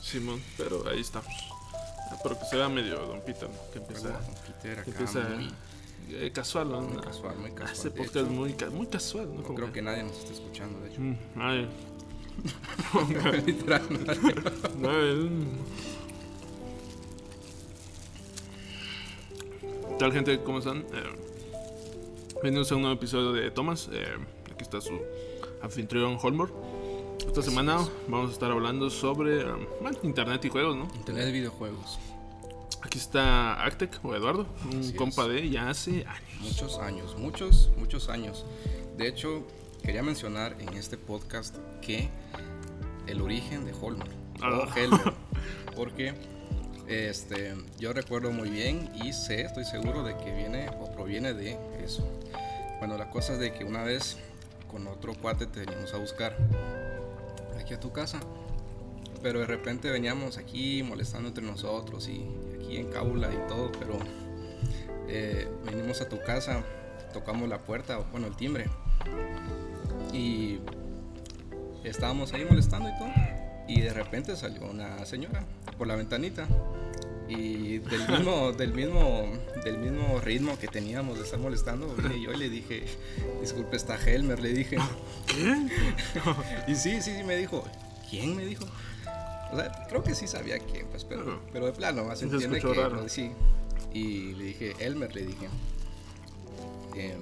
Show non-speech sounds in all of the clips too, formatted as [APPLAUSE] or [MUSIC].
Simón, pero ahí estamos. Ah, Pero que se vea medio Don Peter, ¿no? Que empieza, ¿verdad? Don Peter acá, que empieza Ah, muy, eh, casual, ¿no? muy casual, muy casual. Este De podcast hecho, muy, ca- muy casual, ¿no? no creo que nadie nos esté escuchando, [LAUGHS] de hecho. Mm, ay, Literal, nadie. no, es- ¿Qué tal, gente? ¿Cómo están? Eh, bienvenidos a un nuevo episodio de Thomas. Eh, aquí está su anfitrión Holmor. Esta semana vamos a estar hablando sobre eh, bueno, internet y juegos, ¿no? [LAUGHS] Internet de videojuegos. Aquí está Actec o Eduardo, un Así compa es. de ya hace [LAUGHS] años. Muchos años, muchos, muchos años. De hecho, quería mencionar en este podcast que el origen de Holmer, o Ah. Helmer, porque este, yo recuerdo muy bien y sé, estoy seguro de que viene o proviene de eso. Bueno, la cosa es de que una vez con otro cuate te venimos a buscar aquí a tu casa, pero de repente veníamos aquí molestando entre nosotros y aquí en cábula y todo, pero eh, venimos a tu casa, tocamos la puerta, bueno, el timbre. Y estábamos ahí molestando y todo. Y de repente salió una señora por la ventanita. Y del mismo, del mismo, del mismo ritmo que teníamos de estar molestando, vine yo y le dije, disculpe, está Helmer, le dije. ¿Qué? [LAUGHS] Y sí, sí, sí, me dijo, ¿quién me dijo? O sea, creo que sí sabía quién, pues, pero, Ah. pero de plano, más Se entiende que escuchó raro. pues, sí. Y le dije, Elmer, le dije, eh,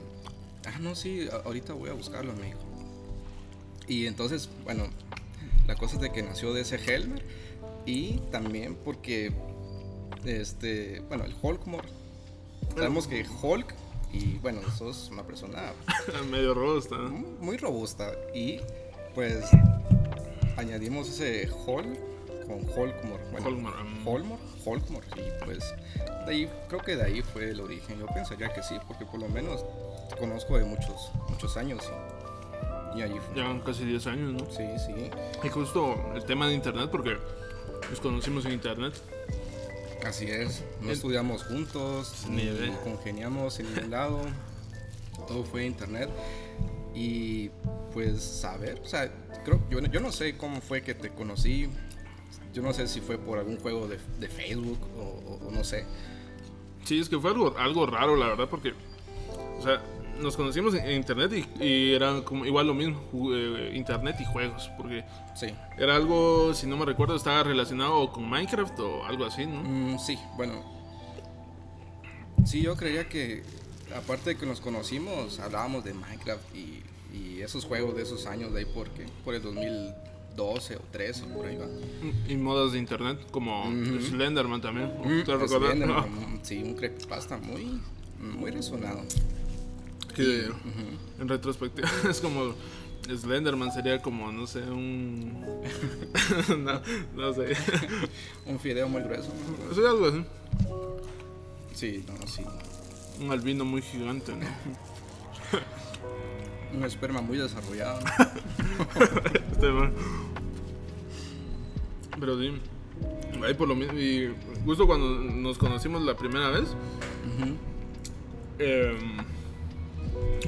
ah, no, sí, a- ahorita voy a buscarlo, me dijo. Y entonces, bueno, la cosa es de que nació de ese Helmer y también porque, este, bueno, el Hulkmore. Sabemos que Hulk, y bueno, sos una persona medio robusta, ¿no? muy robusta y pues añadimos ese Hall con Holmore. Bueno, Holmore, mm. Holmore, Holmore, y pues de ahí, creo que de ahí fue el origen. Yo pensaría que sí, porque por lo menos conozco de muchos, muchos años y, y allí fue. Ya van casi 10 años, ¿no? Sí, sí, Y justo el tema de internet, porque nos conocimos en internet. así es. No El- Pues, estudiamos juntos, Ni ni idea. congeniamos en ningún lado. [LAUGHS] Todo fue internet. Y pues saber, o sea, creo, yo, yo no sé cómo fue que te conocí. Yo no sé si fue por algún juego de, de Facebook o, o- o no sé. Sí, es que fue algo, algo raro, la verdad, porque, o sea, nos conocimos en, en internet y, y era como, igual lo mismo, ju- eh, internet y juegos, porque Sí. era algo, si no me recuerdo, estaba relacionado con Minecraft o algo así, ¿no? Mm, sí, bueno. Sí, yo creía que, aparte de que nos conocimos, hablábamos de Minecraft y, y esos juegos de esos años de ahí, porque por el 2012 o 13, por ahí va. Mm. Y modos de internet, como Ujú. Slenderman también. ¿Te Pues, recuerdas? [LAUGHS] bien, Ah, mm, Sí, un creepypasta muy, muy resonado. que, En retrospectiva, [LAUGHS] es como. Slenderman sería como, no sé, un. [LAUGHS] no, no sé. [LAUGHS] Un fideo muy grueso. Sí, algo así. Sí, no, sí. Un albino muy gigante, ¿no? Un esperma muy desarrollado. [LAUGHS] Este man. Pero sí. Ahí por lo mismo. Y justo cuando nos conocimos la primera vez. Ujú. em,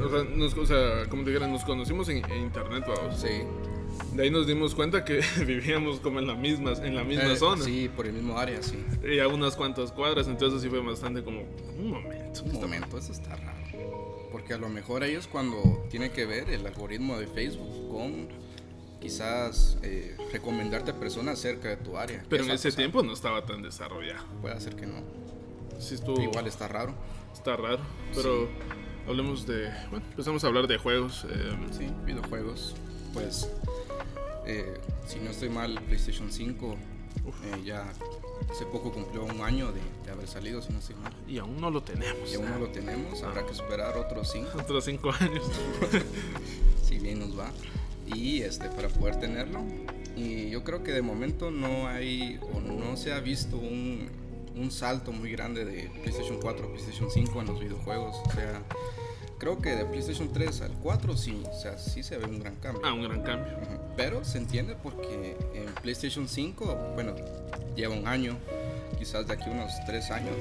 o, sea, nos, o sea, como te dijera, nos conocimos en, en internet, vamos. Sí. De ahí nos dimos cuenta que [LAUGHS] vivíamos como en la misma, en la misma Eh, zona. Sí, por el mismo área, sí. Y a unas cuantas cuadras, entonces sí fue bastante como. Un momento. Un momento, eso Pues está raro. Porque a lo mejor ahí es cuando tiene que ver el algoritmo de Facebook con quizás eh, recomendarte personas cerca de tu área. Pero en Eso ha ese pasado. tiempo no estaba tan desarrollado. Puede ser que no. Sí estuvo. Igual está raro. Está raro. Pero hablemos de. Bueno, empezamos a hablar de juegos. em, Sí, videojuegos. Pues, eh, si no estoy mal, PlayStation 5 eh, ya hace poco cumplió un año de, de haber salido, si no estoy mal. Y aún no lo tenemos. Y aún no lo tenemos, habrá que esperar otros 5, Otros cinco [LAUGHS] años. si bien nos va. Y este, para poder tenerlo. Y yo creo que de momento no hay o no se ha visto un, un salto muy grande de PlayStation 4 a PlayStation 5 en los videojuegos. O sea, creo que de PlayStation 3 al 4 sí, o sea, sí se ve un gran cambio. Ah, un gran cambio. Ujú. Pero se entiende porque en PlayStation 5, bueno, lleva un año. quizás de aquí a unos tres años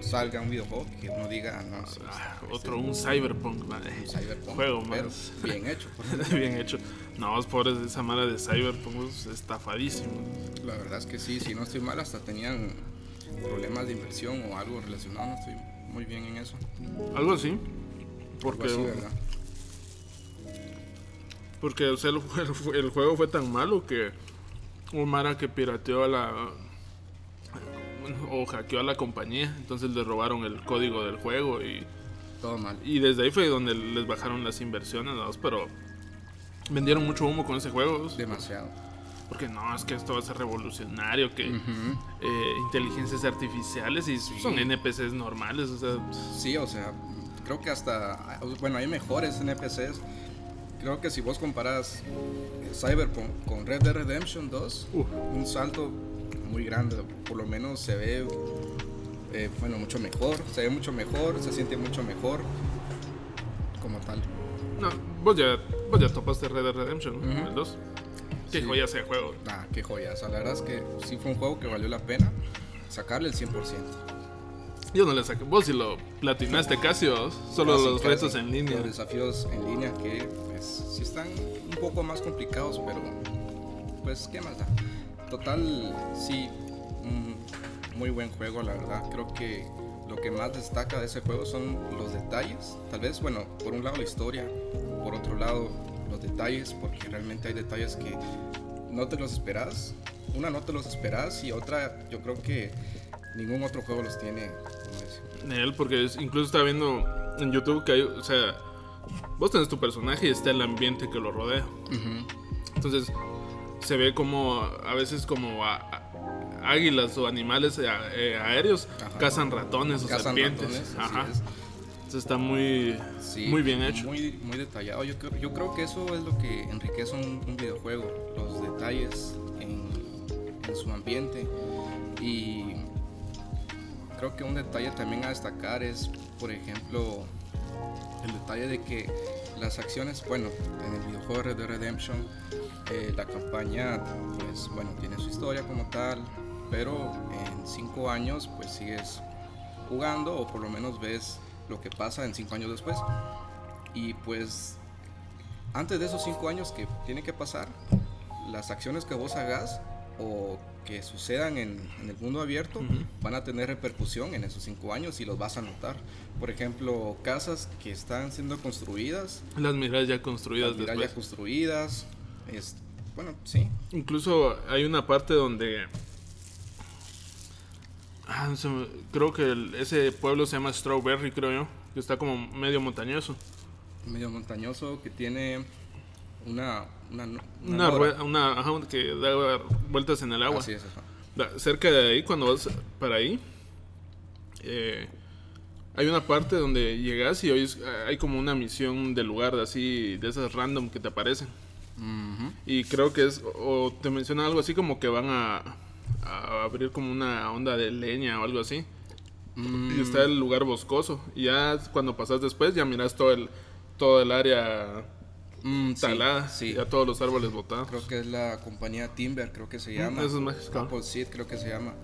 salga un videojuego que uno diga, no sé, Ah, pues otro, un cyberpunk, vale. [LAUGHS] Cyberpunk, Juego pero más. bien hecho, [LAUGHS] por Bien hecho. No, los pobres de esa mala de cyberpunk, pues, estafadísimos. La verdad es que sí, si no estoy mal, hasta tenían problemas de inversión o algo relacionado, no estoy muy bien en eso. Algo así. Algo Porque, así, ¿verdad? porque o sea, el, el- el juego fue tan malo que un Mara que pirateó a la. bueno, O hackeó a la compañía, entonces le robaron el código del juego y, Todo mal. y desde ahí fue donde les bajaron las inversiones, ¿no? pero vendieron mucho humo con ese juego. ¿no? Demasiado. Porque no, es que esto va a ser revolucionario, que eh, inteligencias artificiales y son NPCs normales, o sea, pues, Sí, o sea, creo que hasta. Bueno, hay mejores NPCs. Creo que si vos comparas eh, Cyberpunk con Red Dead Redemption 2, Uf. un salto muy grande. Por lo menos se ve, eh, bueno, mucho mejor. Se ve mucho mejor, se siente mucho mejor. Como tal. no, vos ya, vos ya topaste Red Dead Redemption, ¿no? Ujú. el 2. Qué Sí. joya ese juego. Ah, qué joya. O sea, la verdad es que sí fue un juego que valió la pena sacarle el 100%. Yo no le saqué, vos si lo platinaste casi, ¿o? solo Casi, los Ah, casi. retos en línea. Los desafíos en línea que, pues, sí están un poco más complicados, pero, pues, ¿qué más da? Total, sí, un muy buen juego, la verdad. Creo que lo que más destaca de ese juego son los detalles. Tal vez, bueno, por un lado la historia, por otro lado los detalles, porque realmente hay detalles que no te los esperas. Una no te los esperas y otra yo creo que ningún otro juego los tiene. como decir, Él, porque es- incluso estaba viendo en YouTube que hay, o sea, vos tenés tu personaje y está el ambiente que lo rodea. Entonces, se ve como a veces como a- a- águilas o animales eh, a- eh, aéreos Ajá. cazan ratones o Cazan serpientes. ratones, así Ajá. es. Entonces está muy, Sí, muy bien hecho. Muy, muy detallado. Yo, creo- yo creo que eso es lo que enriquece un, un videojuego, los detalles en, en su ambiente. Y creo que un detalle también a destacar es, por ejemplo, el detalle de que las acciones, bueno, en el videojuego Red Dead Redemption, eh, la campaña, pues bueno, tiene su historia como tal, pero en cinco años, pues sigues jugando o por lo menos ves lo que pasa en cinco años después. Y pues antes de esos cinco años que tiene que pasar, las acciones que vos hagas o que sucedan en, en el mundo abierto van a tener repercusión en esos cinco años y los vas a notar. Por ejemplo, casas que están siendo construidas, Las miradas ya construidas las murallas después. construidas, es, bueno, sí, Incluso hay una parte donde. Ah, no sé, creo que el- ese pueblo se llama Strawberry, creo yo. Que está como medio montañoso. medio montañoso que tiene una... Una, una Una, nora. rue- una ajá, que da vueltas en el agua. Así es, ajá. Da- Cerca de ahí, cuando vas para ahí, eh, hay una parte donde llegas y oyes- hay como una misión del lugar, de así, de esas random que te aparecen. Ujú. Y creo que es, o te mencionan algo así como que van a, a abrir como una onda de leña o algo así. Mm. Y está el lugar boscoso. Y ya cuando pasas después, ya miras todo el, todo el área Mm, sí, talada, sí. ya todos los árboles botados. Creo que es la compañía Timber, creo que se llama. Eso es más claro. Apple Seed, creo que se llama.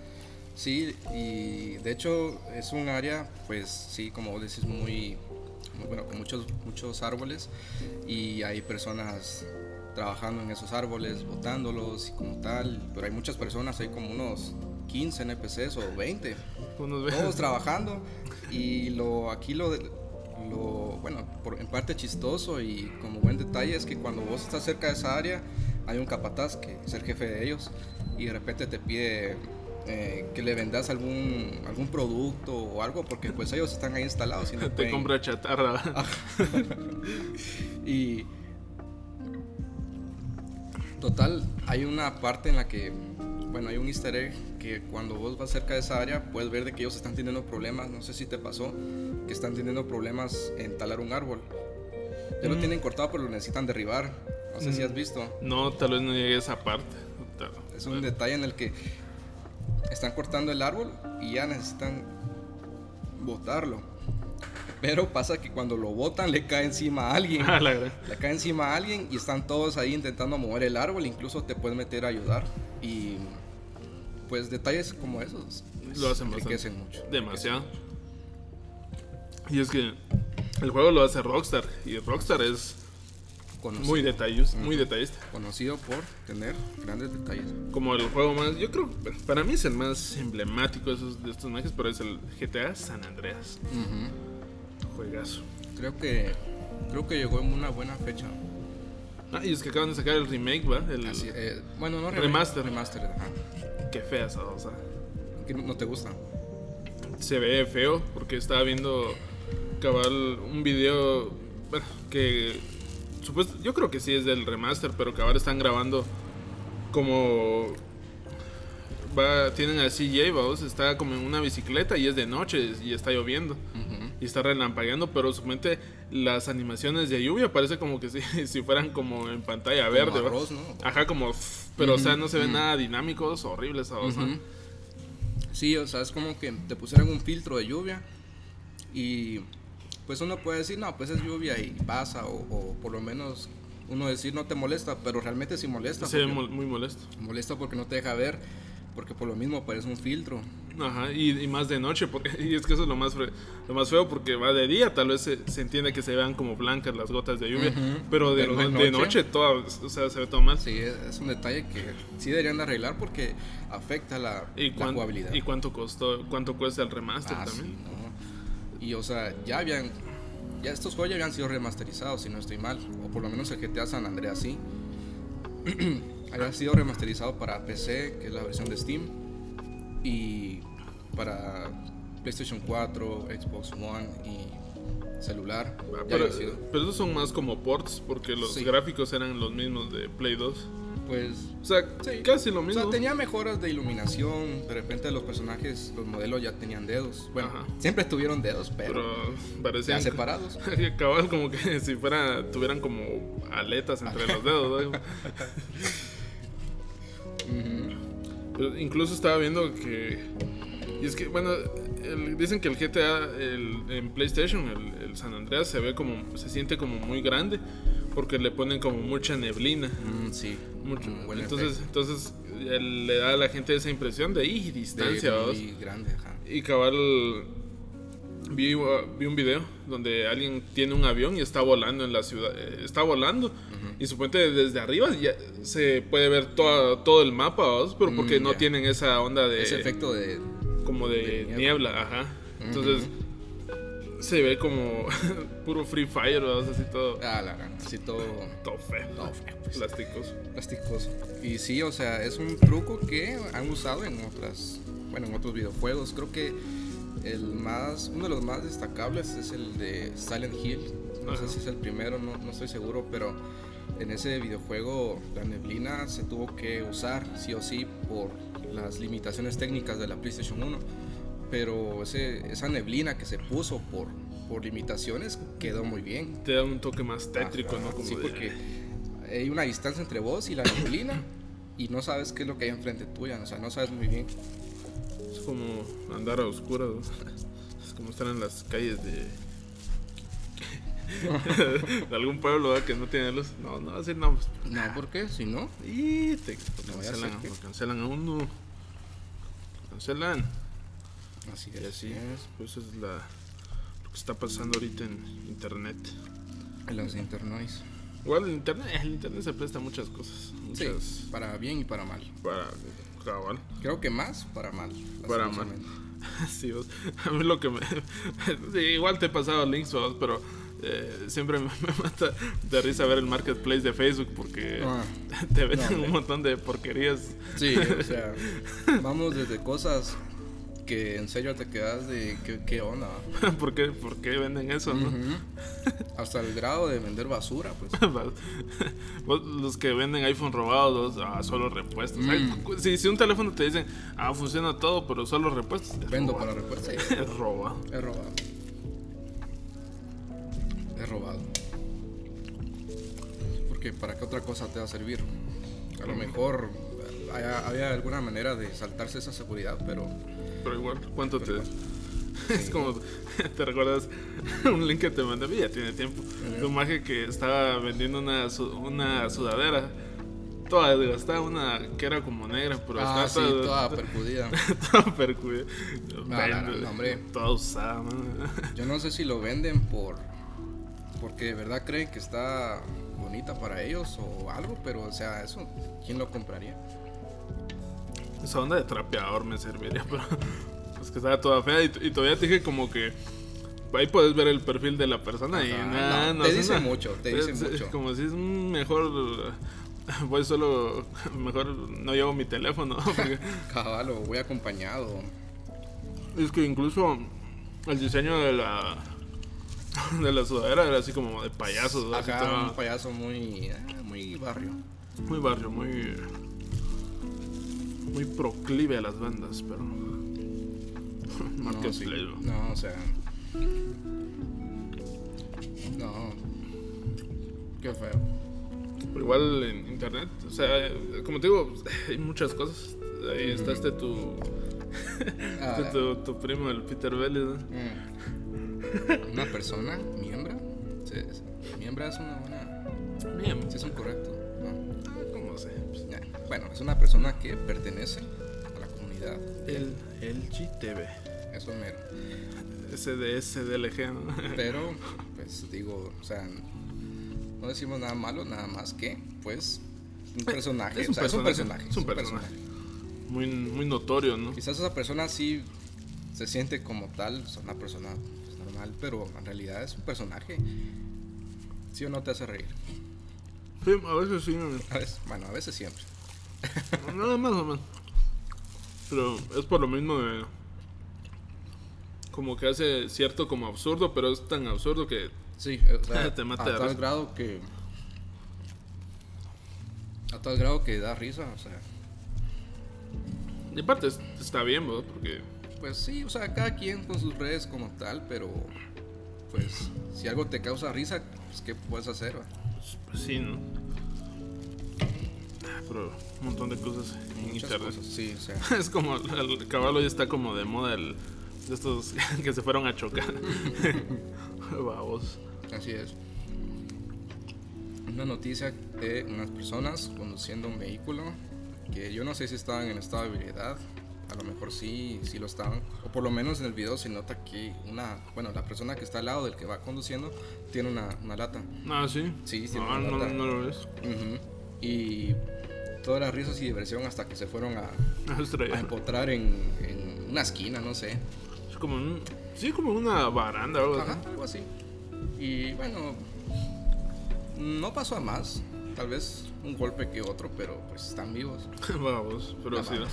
Sí, y de hecho es un área, pues sí, como vos decís, muy, muy- bueno, con muchos, muchos árboles y hay personas trabajando en esos árboles, botándolos y como tal, pero hay muchas personas, hay como unos 15 NPCs o 20 Unos [LAUGHS] ven- todos trabajando y lo aquí lo, de- lo bueno por- en parte chistoso y como buen detalle es que cuando vos estás cerca de esa área hay un capataz que es el jefe de ellos y de repente te pide eh, que le vendas algún algún producto o algo porque pues ellos están ahí instalados y [LAUGHS] no te pueden- compra chatarra. y total, hay una parte en la que, bueno, hay un easter egg que cuando vos vas cerca de esa área puedes ver de que ellos están teniendo problemas, no sé si te pasó, que están teniendo problemas en talar un árbol. Ya lo tienen cortado pero lo necesitan derribar. No sé si has visto. No, tal vez no llegue a esa parte. Tal- Es un detalle en el que están cortando el árbol y ya necesitan botarlo. Pero pasa que cuando lo botan le cae encima a [LAUGHS] alguien. Ah, la gran- Le cae encima a alguien y están todos ahí intentando mover el árbol, incluso te puedes meter a ayudar. Y pues detalles como esos pues, Lo hacen bastante. enriquecen mucho. Demasiado. Y es que el juego lo hace Rockstar. Y Rockstar es Conocido, muy detallista. Muy detallista. conocido por tener grandes detalles. Como el juego más. Yo creo. Para mí es el más emblemático de, esos, de estos mages. Pero es el GTA San Andreas. Juegazo. Creo que creo que llegó en una buena fecha. Ah, y es que acaban de sacar el remake, ¿va? El, Así, eh, bueno, no remake, Remaster. Remastered, ajá. Qué fea esa cosa. Que no- no te gusta. se ve feo porque estaba viendo cabal un video bueno, que supuesto yo creo que sí es del remaster pero cabal están grabando como va tienen al CJ vamos está como en una bicicleta y es de noche y está lloviendo y está relampagueando pero su mente las animaciones de lluvia parece como que si, [LAUGHS] si fueran como en pantalla verde ¿va? arroz, ¿no? ajá como f- pero o sea no se ve nada dinámico es horrible esa voz ¿no? Ujú. Sí, o sea, es como que te pusieran un filtro de lluvia y pues uno puede decir, no, pues es lluvia y pasa, o, o por lo menos uno decir no te molesta, pero realmente sí molesta. se ve porque- mol- muy molesto molesta porque no te deja ver, porque por lo mismo parece un filtro. Ajá, y, y más de noche, porque [LAUGHS] y es que eso es lo más, fre- lo más feo, porque va de día, tal vez se, se entiende que se vean como blancas las gotas de lluvia, Ujú, pero, de, pero de no- de noche. noche, todo, o sea, se ve todo mal. Sí, es, es un detalle que sí deberían de arreglar porque afecta la, ¿Y, la cuán- jugabilidad. ¿Y cuánto costó, cuánto cuesta el remaster Ah, sí, también? no. Y o sea, ya habían. Ya estos juegos ya habían sido remasterizados, si no estoy mal. O por lo menos el GTA San Andreas sí. [CLEARS THROAT] había sido remasterizado para PC, que es la versión de Steam. Y para PlayStation 4, Xbox One y celular. Ah, ya Pero, había sido. pero esos son más como ports, porque los Sí. gráficos eran los mismos de Play 2. Pues O sea, Sí. casi lo O mismo. sea, tenía mejoras de iluminación, de repente los personajes, los modelos ya tenían dedos. Bueno, Ajá. siempre tuvieron dedos, pero, pero parecían ya separados. [LAUGHS] cabal como que [LAUGHS] si fuera, tuvieran como aletas entre los dedos. [LAUGHS] ¿no? Ujú. Pero Incluso estaba viendo que. Y es que, bueno, el- dicen que el GTA el- en PlayStation, el, el San Andreas, se ve como. Se siente como muy grande porque le ponen como mucha neblina. Mm, sí, Mucho. un buen entonces, efecto. entonces eh, le da a la gente esa impresión de ¡y De distancia! ¿vos?". muy grande, ajá. Y cabal. Vi, uh, vi un video donde alguien tiene un avión y está volando en la ciudad. eh, Está volando. Y supuestamente desde arriba ya se puede ver todo, todo el mapa, ¿vos? pero porque Mm, no ya. tienen esa onda de. Ese efecto de Como de, de niebla. niebla. ajá. Entonces. Se ve como [LAUGHS] puro Free Fire, ¿vos? así todo. ah, la gran, así todo Todo feo. todo feo, pues, Plásticos. plasticoso. Y sí, o sea, es un truco que han usado en otras, bueno, en otros videojuegos. Creo que el más, uno de los más destacables es el de Silent Hill. No Ajá. sé si es el primero, no, no estoy seguro, pero en ese videojuego la neblina se tuvo que usar sí o sí por las limitaciones técnicas de la PlayStation 1. Pero ese, esa neblina que se puso por, por limitaciones quedó muy bien. Te da un toque más tétrico, ¿no? Como Sí, de- porque hay una distancia entre vos y la neblina y no sabes qué es lo que hay enfrente tuya, o sea, no sabes muy bien. Es como andar a oscuras. ¿no? Es como estar en las calles de. de algún pueblo ¿verdad? que no tiene luz. No, no va a decir nombres. No, ¿por qué? Si no, Y te No voy a cancelan, hacer que- lo cancelan a uno. Lo Cancelan. así Y es. así es. Pues es la, lo que está pasando ahorita en internet. En los internois. Igual el internet, el internet se presta a muchas cosas. Sí, Muchas. para bien y para mal. Para. Cabal. Creo que más para mal. Para mal. lastimosamente. Sí, vos. [LAUGHS] a mí lo que me... sí, igual te he pasado links, vos, pero eh, siempre me, [LAUGHS] me mata de risa ver el marketplace de Facebook porque Ah, te venden no, hombre. un montón de porquerías. [LAUGHS] sí, o sea, vamos desde cosas que en serio te quedas de qué, qué onda. va? ¿Por qué, por qué venden eso, [LAUGHS] no? Ujú. Hasta el grado de vender basura, pues. [LAUGHS] Vos, Los que venden iPhone robados, vos, ah, solo repuestos. Ay, Mm. cu- si, si un teléfono te dicen, ah, funciona todo, pero solo repuestos, es Vendo para roba. repuestos. sí. [LAUGHS] Es roba. He robado. He robado. Porque para qué otra cosa te va a servir. A lo mejor eh, haya- había alguna manera de saltarse esa seguridad, pero Pero igual, ¿cuánto te.? [LAUGHS] Es como, ¿te recuerdas [LAUGHS] un link que te mandé? Ya tiene tiempo. Tu maje que estaba vendiendo una, su- una sudadera toda desgastada, una que era como negra, pero Ah, está sí, [LAUGHS] toda percudida. toda percudida. No, no, no, Vende, no, hombre. Toda usada, man. Yo no sé si lo venden por. Porque de verdad creen que está bonita para ellos o algo, pero o sea, eso, ¿quién lo compraría? Esa onda de trapeador me serviría, [LAUGHS] pero es que estaba toda fea y, y todavía te dije como que ahí puedes ver el perfil de la persona y Ajá, nada, no, no te sé, dice nada. mucho, te dice Es- es mucho. Como si es mm, mejor [LAUGHS] voy solo, [LAUGHS] mejor no llevo mi teléfono, [LAUGHS] porque Caballo, voy acompañado. es que incluso el diseño de la [LAUGHS] de la sudadera era así como de payaso, así Acá estaba un payaso muy. ah, muy barrio. muy barrio, muy muy proclive a las bandas, pero [LAUGHS] No, Marquez sí. Leiva. no, o sea. No. Qué feo. Pero Igual en internet, o sea, como te digo, [LAUGHS] hay muchas cosas. Ahí está este tu, Ah, este tu, tu primo, el Peter Vélez. ¿no? mm. Una persona, miembro. se- se- Miembro es una buena. pues, Sí, es un correcto. ¿no? ¿Cómo sé? pues, Ya, Bueno, es una persona que pertenece a la comunidad. El, el GTV. Eso mero. SDSDLG, ¿no? Pero, pues digo, o sea, no decimos nada malo, nada más que, pues, un personaje. es un o sea, personaje, es un personaje. Muy, muy notorio, ¿no? Quizás esa persona sí se siente como tal, o sea, una persona pues, normal, pero en realidad es un personaje. Sí o no te hace reír. Sí, a veces sí, ¿no? A veces- bueno, a veces siempre. nada más o menos. Pero es por lo mismo de. Como que hace cierto como absurdo, pero es tan absurdo que Sí, Eh, [LAUGHS] o sea, Te mata de a tal risa. grado que. A tal grado que da risa, o sea. Y aparte es- está bien, ¿no? Porque. Pues sí, o sea, cada quien con sus redes como tal, pero. Pues si algo te causa risa, pues ¿qué puedes hacer? va? Pues sí, ¿no? Ah, Pero un montón de cosas en Muchas internet. cosas, Sí, o sea. [LAUGHS] Es como, el caballo ya está como de moda el, de estos [LAUGHS] que se fueron a chocar. [LAUGHS] Vamos. Así es. Una noticia de unas personas conduciendo un vehículo que yo no sé si estaban en estado de ebriedad. A lo mejor sí, sí lo estaban. O por lo menos en el video se nota que una, bueno, la persona que está al lado del que va conduciendo tiene una, una lata. Ah, sí. Sí, sí, Ah, me no, mata. no lo ves. Ujú. Y todas las risas y diversión hasta que se fueron a, Ah, estrella. a empotrar en, en una esquina, no sé. Es como un- sí, como una baranda o algo así. Ajá, algo así. Y bueno, no pasó a más. Tal vez un golpe que otro, pero pues están vivos. [LAUGHS] Vamos, pero Ah, sí. vamos.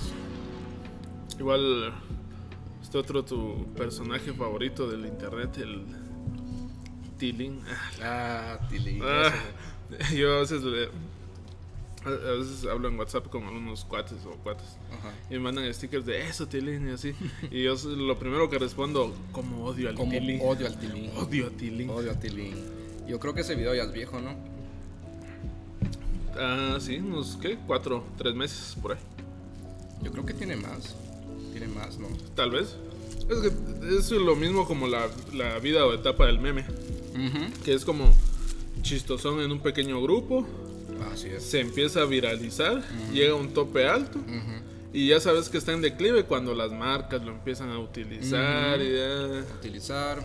Igual, este otro tu personaje favorito del internet, el Tilling. [LAUGHS] Ah, Ah, Tilly. Ah, [LAUGHS] yo a veces, le- a a veces hablo en WhatsApp con algunos cuates o cuates Ajá. y me mandan stickers de eso, Tilín, y así. Y yo soy- lo primero que respondo, como odio al Como Tilín. odio al Tilly. Odio a Tilín. Odio a Tilly. Yo creo que ese video ya es viejo, ¿no? Ah, sí, unos, ¿qué? Cuatro, tres meses por ahí. Yo creo que tiene más. Tiene más, ¿no? Tal vez. Es que es lo mismo como la, la vida o etapa del meme, Ujú. que es como chistosón en un pequeño grupo, Así es. se empieza a viralizar, llega a un tope alto. Y ya sabes que está en declive cuando las marcas lo empiezan a utilizar. y Utilizar,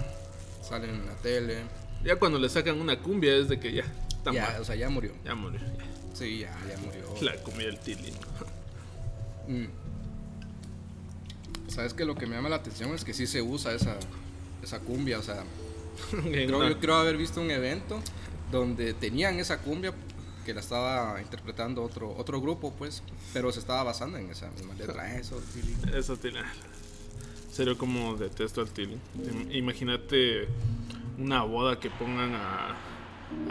salen en la tele. ya, ya cuando le sacan una cumbia es de que ya, está Ya, mal, o sea, ya murió. ya murió. Sí, ya, ya murió. La cumbia del Tilly. ¿no? Mm. Sabes que lo que me llama la atención es que sí se usa esa, esa cumbia, o sea, En creo, una- yo creo haber visto un evento donde tenían esa cumbia que la estaba interpretando otro otro grupo, pues, pero se estaba basando en esa misma letra. Eso, Tilly. Eso tiene. Serio como detesto al Tilín. Im- Imagínate una boda que pongan a,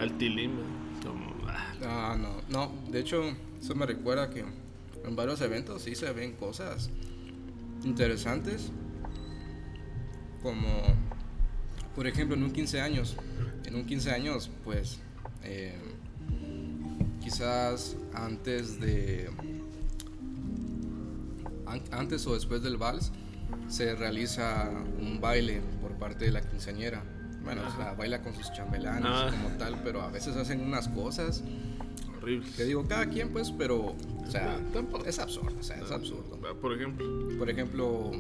al Tilín. ¿no? Como, ah, Ah, no, no, de hecho, eso me recuerda que en varios eventos sí se ven cosas interesantes, como, por ejemplo, en un 15 años, en un 15 años, pues, eh, quizás antes de, an- antes o después del vals, se realiza un baile por parte de la quinceañera. Bueno, o sea, baila con sus chambelanes Ah. como tal, pero a veces hacen unas cosas terribles. Que digo, cada quien, pues, pero. O sea, Ah, tampoco. es absurdo, o sea, es absurdo. Ah, Por ejemplo. Por ejemplo,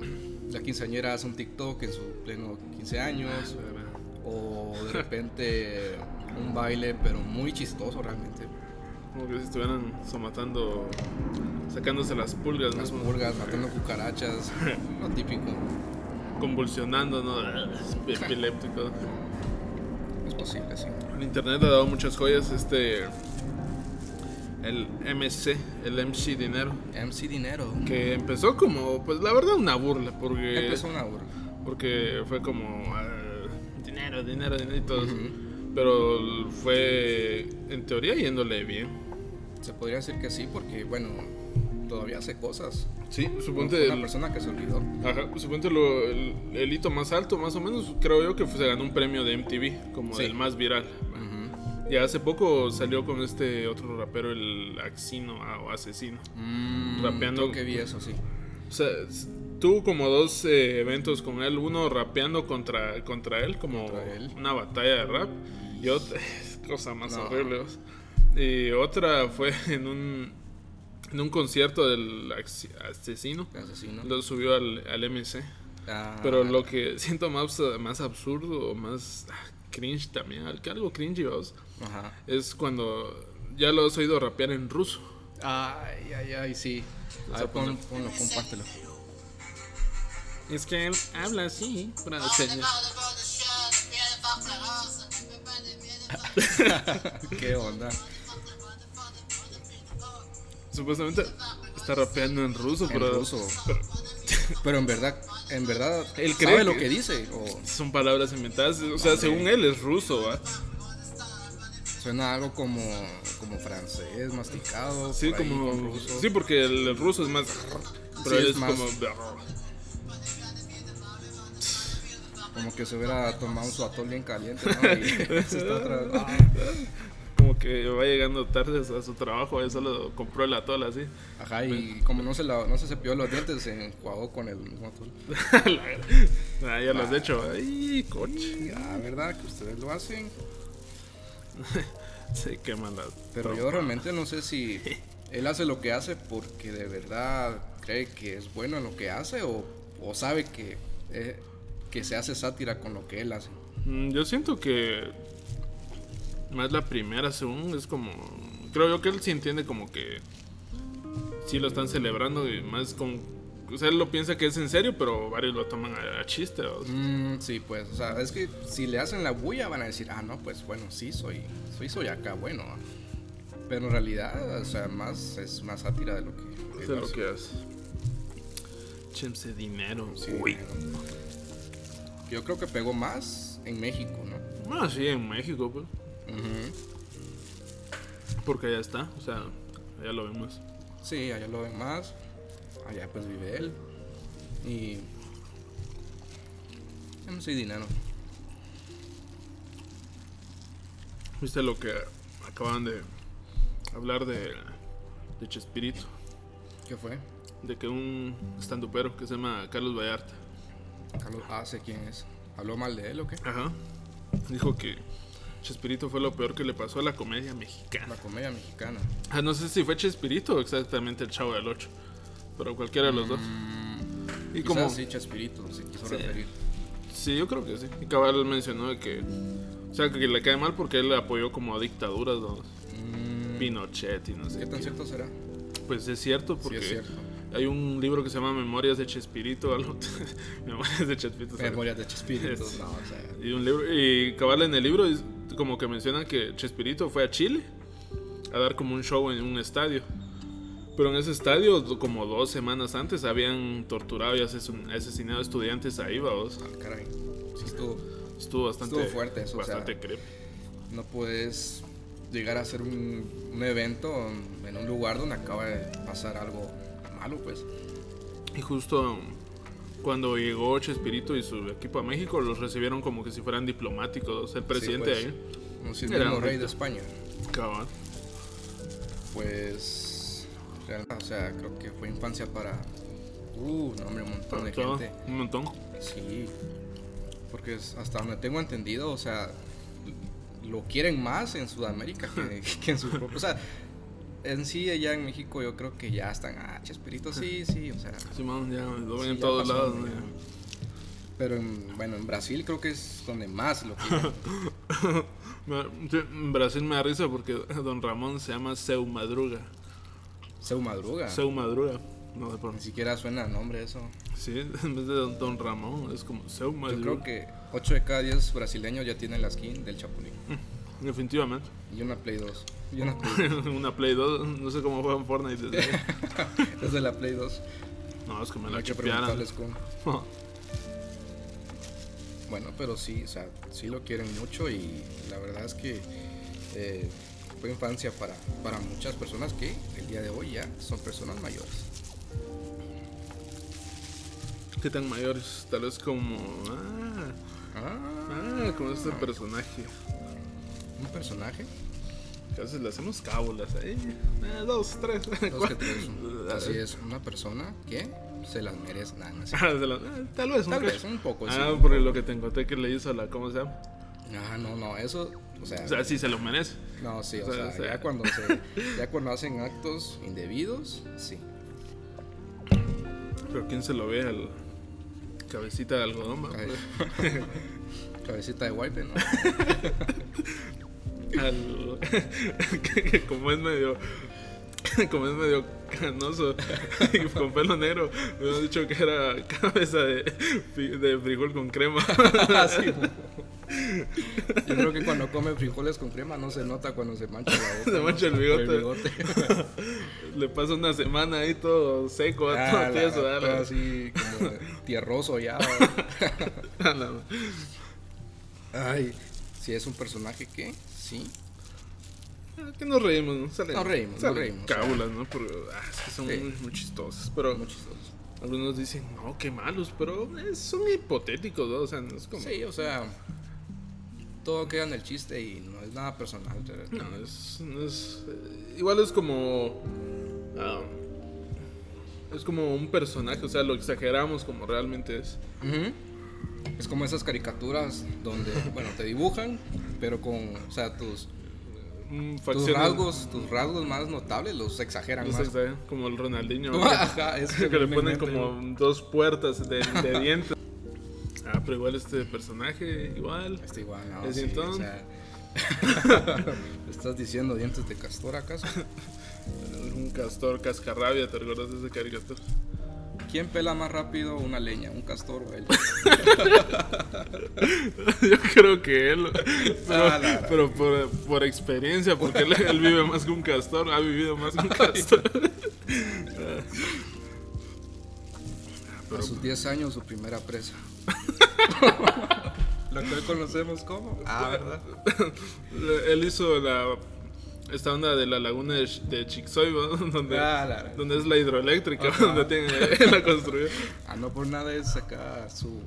la quinceañera hace un TikTok en su pleno 15 años. O de repente un baile, pero muy chistoso realmente. Como que si estuvieran somatando, sacándose las pulgas, Unas ¿no? pulgas, matando cucarachas, lo típico. convulsionando, [LAUGHS] ¿no? Es Epiléptico. Es posible, sí. El internet ha dado muchas joyas. Este. El MC, el MC Dinero. MC Dinero. Que empezó como, pues la verdad, una burla. Porque, Empezó una burla. porque fue como. ah, dinero, dinero, dinero y todo eso. Pero fue, en teoría, yéndole bien. Se podría decir que sí, porque, bueno, todavía hace cosas. Sí, suponte. Fue Una el- persona que se olvidó. Ajá, pues, suponte lo- el, el hito más alto, más o menos, creo yo que fue- se ganó un premio de MTV, como Sí. el más viral. Ujú. Y hace poco salió con este otro rapero, el Axino ah, o Asesino. Mm, Rapeando. creo que vi eso, sí. O sea, s- tuvo como dos eh, eventos con él, uno rapeando contra, contra él, como Contra él. una batalla de rap, y [LAUGHS] otra, cosa más No. horrible. vos. Y otra fue [LAUGHS] en un, en un concierto del Axi- Asesino, El asesino. lo subió al, al MC. Ah, Pero lo que [LAUGHS] siento más, más absurdo, más ah, cringe también, al- que algo cringe, vamos, Ajá. es cuando ya lo has oído rapear en ruso. Ay, ay, ay, sí. A O ver, sea, pues, pon, ponlo, [LAUGHS] compártelo. Es que él habla así, pero ¿Qué onda? supuestamente está rapeando en ruso, En pero ruso. Pero en verdad, en verdad, Él sabe cree lo que- que dice. O son palabras inventadas. O sea, según él es ruso, ¿va? suena algo como, como francés, masticado. Sí, por ahí, con como. ruso. Sí, porque el, el ruso es más. Pero Sí, él es es, más- como. Como que se hubiera tomado su atol bien caliente, [LAUGHS] ¿no? Y se está atrás. Ah, Como que va llegando tarde a su trabajo, él solo compró el atol así. [LAUGHS] Ajá, y como no se, la, no se cepilló los dientes, se enjuagó con el mismo atol. Ah, ya lo has hecho. Ay, coche. Ya, ¿verdad? Que ustedes lo hacen. Se queman las. Pero tropas. yo realmente no sé si él hace lo que hace porque de verdad cree que es bueno en lo que hace o, o sabe que, eh, que se hace sátira con lo que él hace. Mm, Yo siento que más la primera, según es como. Creo yo que él sí entiende como que sí lo están celebrando y más con. O sea, él lo piensa que es en serio, pero varios lo toman a, a chiste. o sea. Mm, sí, pues, o sea, es que si le hacen la bulla van a decir, ah, no, pues bueno, sí, soy, soy, soy acá, bueno. Pero en realidad, o sea, más es más sátira de lo que... Eso es lo que hace. Chemse dinero. Sí, Uy. ¿no? Yo creo que pegó más en México, ¿no? Ah, sí, en México, pues. Ujú. Porque allá está. O sea, allá lo vemos. Sí, allá lo ven más. Allá pues vive él. Y. em, MC Dinero. ¿Viste lo que acaban de hablar de, de Chespirito? ¿Qué fue? De que un estandupero que se llama Carlos Vallarta. Carlos ah, sé quién es. ¿Habló mal de él o qué? Ajá. Dijo que Chespirito fue lo peor que le pasó a la comedia mexicana. La comedia mexicana. Ah, no sé si fue Chespirito o exactamente el Chavo del Ocho. Pero cualquiera de los dos. Mm, Y Y como. como. Mm, Sí, Chespirito se quiso referir. Sí, yo creo que sí. Y Cabal mencionó de que. O sea, que le cae mal porque él apoyó como a dictaduras, ¿no? Mm, Pinochet y no sé. ¿Qué tan qué. cierto será? Pues es cierto Sí, porque. es cierto. Hay un libro que se llama Memorias de Chespirito. algo. [LAUGHS] Memorias de Chespirito. o sea, [LAUGHS] Memorias de Chespirito. No, o sea. Y un libro y cabal en el libro es como que mencionan que Chespirito fue a Chile a dar como un show en un estadio. Pero en ese estadio, do- como dos semanas antes, habían torturado y asesin- asesinado estudiantes ahí, vaos. ah, Caray. Sí, estuvo. Estuvo bastante Estuvo fuerte eso, o sea. bastante creepy. No puedes llegar a hacer un, un evento en un lugar donde acaba de pasar algo malo, pues. Y justo cuando llegó Chespirito y su equipo a México, los recibieron como que si fueran diplomáticos. El presidente pues. ahí, Como si Era fuera el rey ahorita. de España. cabal. Pues, real- o sea, creo que fue infancia para, uh, no, hombre, un montón de Todo, gente. un montón. Sí, porque es- hasta donde [LAUGHS] tengo entendido, o sea, lo quieren más en Sudamérica que, que en su propio, o sea, en sí, allá en México, yo creo que ya están, ah, Chespirito, sí, [LAUGHS] sí, o sea. Simón, ya lo ven sí, en ya todos pasó, lados. ya. ¿no? Pero en- bueno, en Brasil creo que es donde más [LAUGHS] lo quieren. Me- sí, en Brasil me da risa porque [LAUGHS] Don Ramón se llama Seu Madruga. Seu Madruga. Seu Madruga. No sé por Ni siquiera suena el nombre eso. Sí, [LAUGHS] en vez de Don, Don Ramón, es como Seu Yo creo Madruga. que 8 de cada 10 brasileños ya tienen la skin del Chapulín. Definitivamente. [LAUGHS] Y una Play 2. Y una Play Una Play 2, no sé cómo juegan Fortnite desde [LAUGHS] ahí. Desde la Play 2. No, es que me No la hay que chipearan. [LAUGHS] preguntarles cómo. Bueno, pero sí, o sea, sí lo quieren mucho y la verdad es que eh, fue infancia para, para muchas personas que el día de hoy ya son personas mayores. ¿Qué tan mayores? Tal vez como. Ah, Ah, ah, como este personaje. un personaje. Que a veces le hacemos cábulas ahí. Ah, dos, tres, Ah, Dos que cuatro. [LAUGHS] tres. Así es, una persona que se las merece nada más. [LAUGHS] Ah, de la- ah, Tal vez, un Tal vez, cacho. un poco, sí. Ah, porque lo que te encontré que le hizo a la. ¿Cómo se llama? Ah, no, no, eso, o sea, O sea, sí se lo merece. no, sí, o, o sea, sea, o sea. ya cuando se, ya cuando hacen actos indebidos, sí. Pero ¿quién se lo ve al. Cabecita de algodón, va? Cabe- [LAUGHS] Cabecita de wipe, ¿no? al [LAUGHS] que- que como es medio [LAUGHS] como es medio canoso [LAUGHS] y con pelo negro me hubieran dicho que era cabeza de, fi- de frijol con crema [LAUGHS] Así. Yo creo que cuando come frijoles con crema no se nota cuando se mancha la boca. Se ¿no? mancha el Por bigote. le pasa una semana ahí todo seco [LAUGHS] Ah, todo la- tieso a todo la- así como tierroso ya. ¿verdad? [LAUGHS] a la- Ay, si es un personaje que sí. que nos reímos ¿no? Salen- Nos reímos, nos salen reímos, cábulas ¿no? Pero, ah, es que son Sí. muy, muy chistosos pero muy chistoso. algunos dicen no qué malos pero eh, son hipotéticos ¿no? o sea no es como Sí, o sea, todo queda en el chiste y no es nada personal. de verdad. No, es, no es- eh, igual es como. ah, es como un personaje, o sea, lo exageramos como realmente es. Ujú. Es como esas caricaturas donde, [LAUGHS] bueno, te dibujan, pero con, o sea, tus, Mm, tus facciones- rasgos, tus rasgos más notables los exageran no sé, más. está- ¿eh? como el Ronaldinho. [LAUGHS] Ajá, [LAUGHS] es que le me ponen invento como dos puertas de, de dientes. Ah, pero igual este personaje, igual. yo. Este igual, no, ¿Es sí, dientón? o sea, [LAUGHS] ¿Estás diciendo dientes de castor acaso? Un castor cascarrabia, ¿te recuerdas de ese caricatura? ¿Quién pela más rápido una leña, un castor o [LAUGHS] él? [LAUGHS] Yo creo que él. Pero, Ah, la- la- pero por, por experiencia, porque él, él vive más que un castor, ha vivido más que un castor. A sus 10 años su primera presa. [LAUGHS] [LAUGHS] Lo que hoy conocemos como. Ah, ¿verdad? [LAUGHS] él hizo la esta onda de la laguna de, Ch- de Chicxoy, ¿no? [LAUGHS] donde, Ah, la- donde es la hidroeléctrica, Ajá. donde [LAUGHS] tiene, la construyó. Ah, no por nada es acá su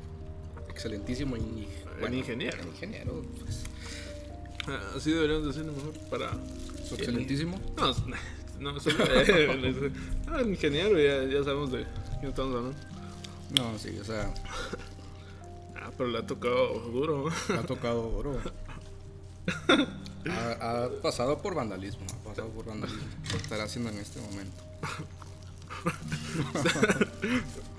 excelentísimo inge- bueno, ingeniero. ingeniero, pues, Ah, Así deberíamos decirlo mejor para. su excelentísimo. No, s- no, solo [LAUGHS] eh, ah, el ingeniero, ya, ya sabemos de quién estamos hablando. No, sí, o sea, Ah, pero le ha tocado duro. ¿no? ha tocado [LAUGHS] oro. Ha, ha pasado por vandalismo, ha pasado por vandalismo. Lo estará haciendo en este momento. O sea,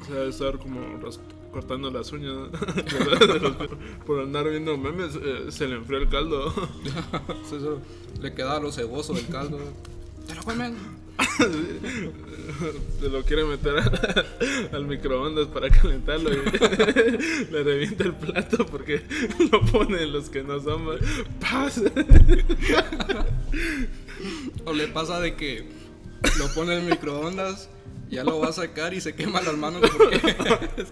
debe estar como ras- cortando las uñas [LAUGHS] ¿no? De los- de los- [LAUGHS] por andar viendo memes, eh, se le enfrió el caldo. Sí, Pues eso le quedaba lo ceboso del caldo. ¡Te lo comen! [LAUGHS] Se lo quiere meter a- al microondas para calentarlo y [LAUGHS] le revienta el plato porque [LAUGHS] lo ponen los que no son. ¿va? ¡Paz! [LAUGHS] O le pasa de que lo pone en el microondas, ya lo va a sacar y se quema las manos porque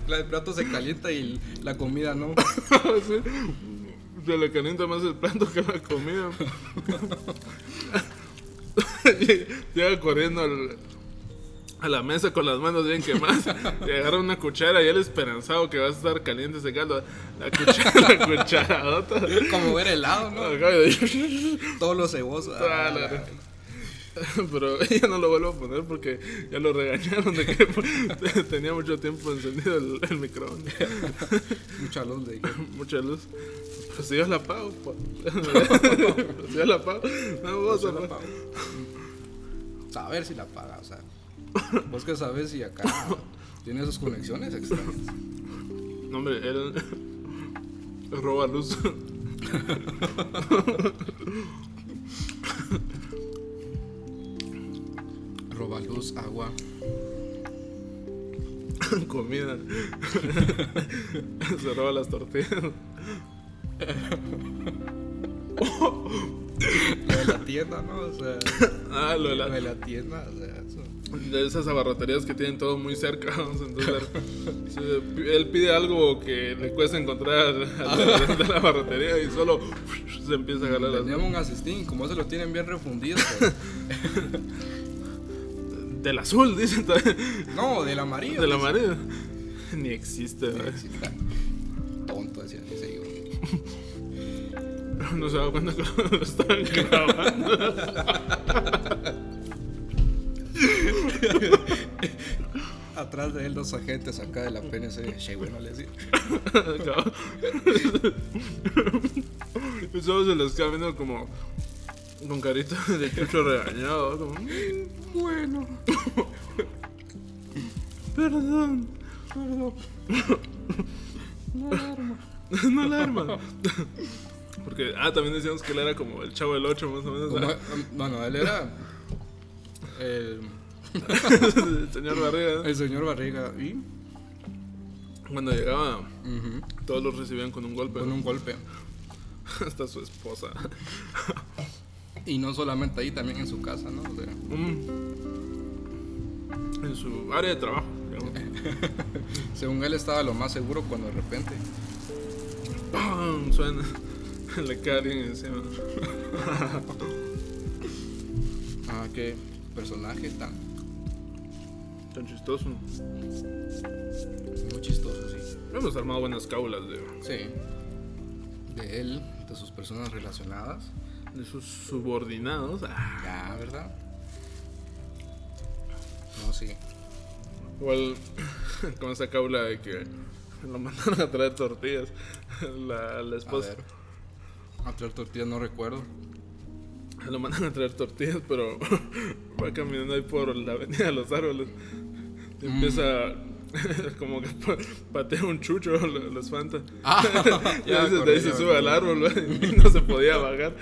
[LAUGHS] el plato se calienta y la comida no. Sí. Se le calienta más el plato que la comida. [LAUGHS] Llega corriendo al- a la mesa con las manos bien quemadas. Y agarra una cuchara y él esperanzado que va a estar caliente ese caldo. La cuchara, [LAUGHS] la cucharadota. Como ver helado, ¿no? Acá y- Todo lo ceboso. Ah, la verdad. [LAUGHS] Pero [LAUGHS] ya no lo vuelvo a poner porque ya lo regañaron de que [LAUGHS] te- tenía mucho tiempo encendido el, el microondas. [LAUGHS] Mucha luz de Mucha luz. Pero si yo la [LAUGHS] pues pago, po. si yo la pago, no vos la pago. saber si la paga, o sea, vos que sabes si acá tiene sus conexiones extrañas. No, hombre, él [LAUGHS] roba luz. [LAUGHS] Roba luz, agua. comida. [LAUGHS] Se roba las tortillas. Lo de la tienda, ¿no? O sea, Ah, lo de lo de la- la tienda, o sea, eso. de esas abarroterías que tienen todo muy cerca. [LAUGHS] o sea, entonces, él, él pide algo que le cuesta encontrar a la, de la abarrotería y solo se empieza a jalar las Teníamos un asistín, como se lo tienen bien refundido. [LAUGHS] pues. Del azul, dicen. No, del amarillo. De la marea. Ni existe, ¿verdad? Sí, está. Tonto, decía que se iba. No se da cuenta que lo [LAUGHS] están grabando. [LAUGHS] Atrás de él, dos agentes acá de la PNC. Che, bueno, le decía. Cabrón. Y solo se los queda viendo como con carita de chucho regañado. como, Bueno, perdón, perdón. No [LAUGHS] no la arma. Porque, ah, también decíamos que él era como el chavo del 8, más o menos. [LAUGHS] Como, bueno, él era el, [LAUGHS] el señor Barriga. el señor Barriga y Cuando llegaba, ujú, todos los recibían con un golpe. con un golpe. [LAUGHS] Hasta su esposa. Y no solamente ahí, también en su casa, ¿no? O sea, Mm. En su área de trabajo. digamos. según él estaba lo más seguro cuando de repente ¡Pam! Suena. Le cae alguien encima. Ah, qué personaje tan Tan chistoso. muy chistoso, sí. Hemos armado buenas cábulas de, Sí. De él, de sus personas relacionadas. de sus subordinados. Ah, Ya, ¿verdad? No, sí. Igual [COUGHS] con esa cábula de que lo mandaron a traer tortillas. [LAUGHS] La, la A esposa. ver. Ah, A traer tortillas no recuerdo. Lo mandan a traer tortillas, pero [LAUGHS] va caminando ahí por la avenida de los árboles. Y Mm. empieza [LAUGHS] como que pa- patea un chucho, [LAUGHS] lo- los espanta. Ah, Y [LAUGHS] [LAUGHS] ya a me veces de acordé, ahí se ya me sube al acordé. árbol ¿verdad? y [LAUGHS] no se podía bajar.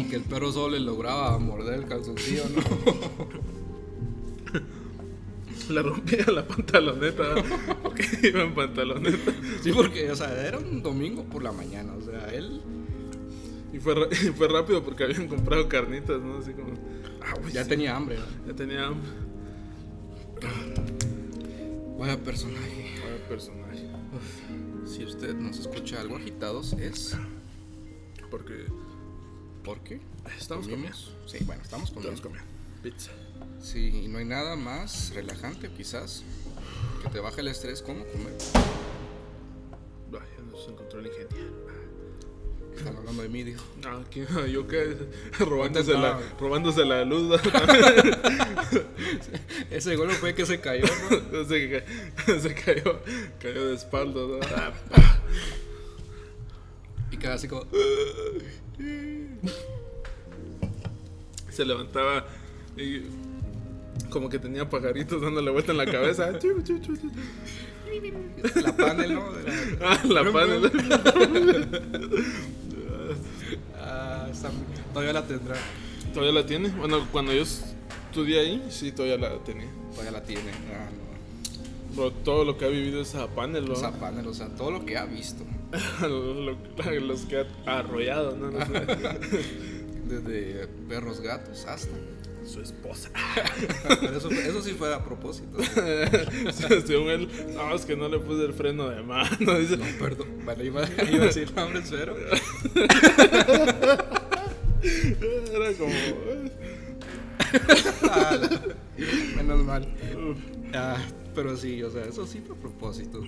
Y que el perro solo le lograba morder el calzoncillo, ¿no? [LAUGHS] Le rompía la pantaloneta porque [LAUGHS] iba en pantaloneta. sí, porque, o sea, era un domingo por la mañana, o sea, él Y fue, ra- [LAUGHS] y fue rápido porque habían comprado carnitas, ¿no? Así como. Ah, güey, ya sí, tenía hambre. ¿no? ya tenía hambre. Vaya personaje. Vaya personaje. Si usted nos escucha algo agitados, es Porque porque estamos comiendo. comimos. Sí, bueno, estamos comiendo. Estamos comiendo. Pizza. Sí, y no hay nada más relajante, quizás, que te baje el estrés como comer. Ay, ya nos encontró el ingeniero. Están hablando de mí, dijo. Ah, ¿qué? [LAUGHS] ¿Yo qué? Robándose la, Contestaba. robándose la luz. Ese gol fue que se cayó, ¿no? ¿no? [LAUGHS] se, ca- [LAUGHS] se cayó, cayó de espaldas. ¿no? Ah, [LAUGHS] Y quedaba así como. se levantaba y como que tenía pajaritos dándole vuelta en la [LAUGHS] cabeza. Chu, chu, chu, chu. La panel, ¿no? Era- Ah, la panel. Ah, está muy- Todavía la tendrá. [LAUGHS] ¿Todavía la tiene? Bueno, cuando yo estudié ahí, sí, todavía la tenía. Todavía la tiene. Ah, no. Pero todo lo que ha vivido esa panel, ¿no? O sea, panel, o sea, todo lo que ha visto. Lo- los que ha arrollado, ¿no? No [LAUGHS] sé. Desde perros, gatos, hasta. Su [LAUGHS] esposa. [LAUGHS] Pero eso, eso sí fue a propósito. Según él, no, es que no le puse el freno de mano. [LAUGHS] Dice, No, perdón. Vale, iba, iba a decir nombres, pero. Era como. eh, Ah, [LAUGHS] menos mal. Ah, pero sí, o sea, eso sí fue a propósito.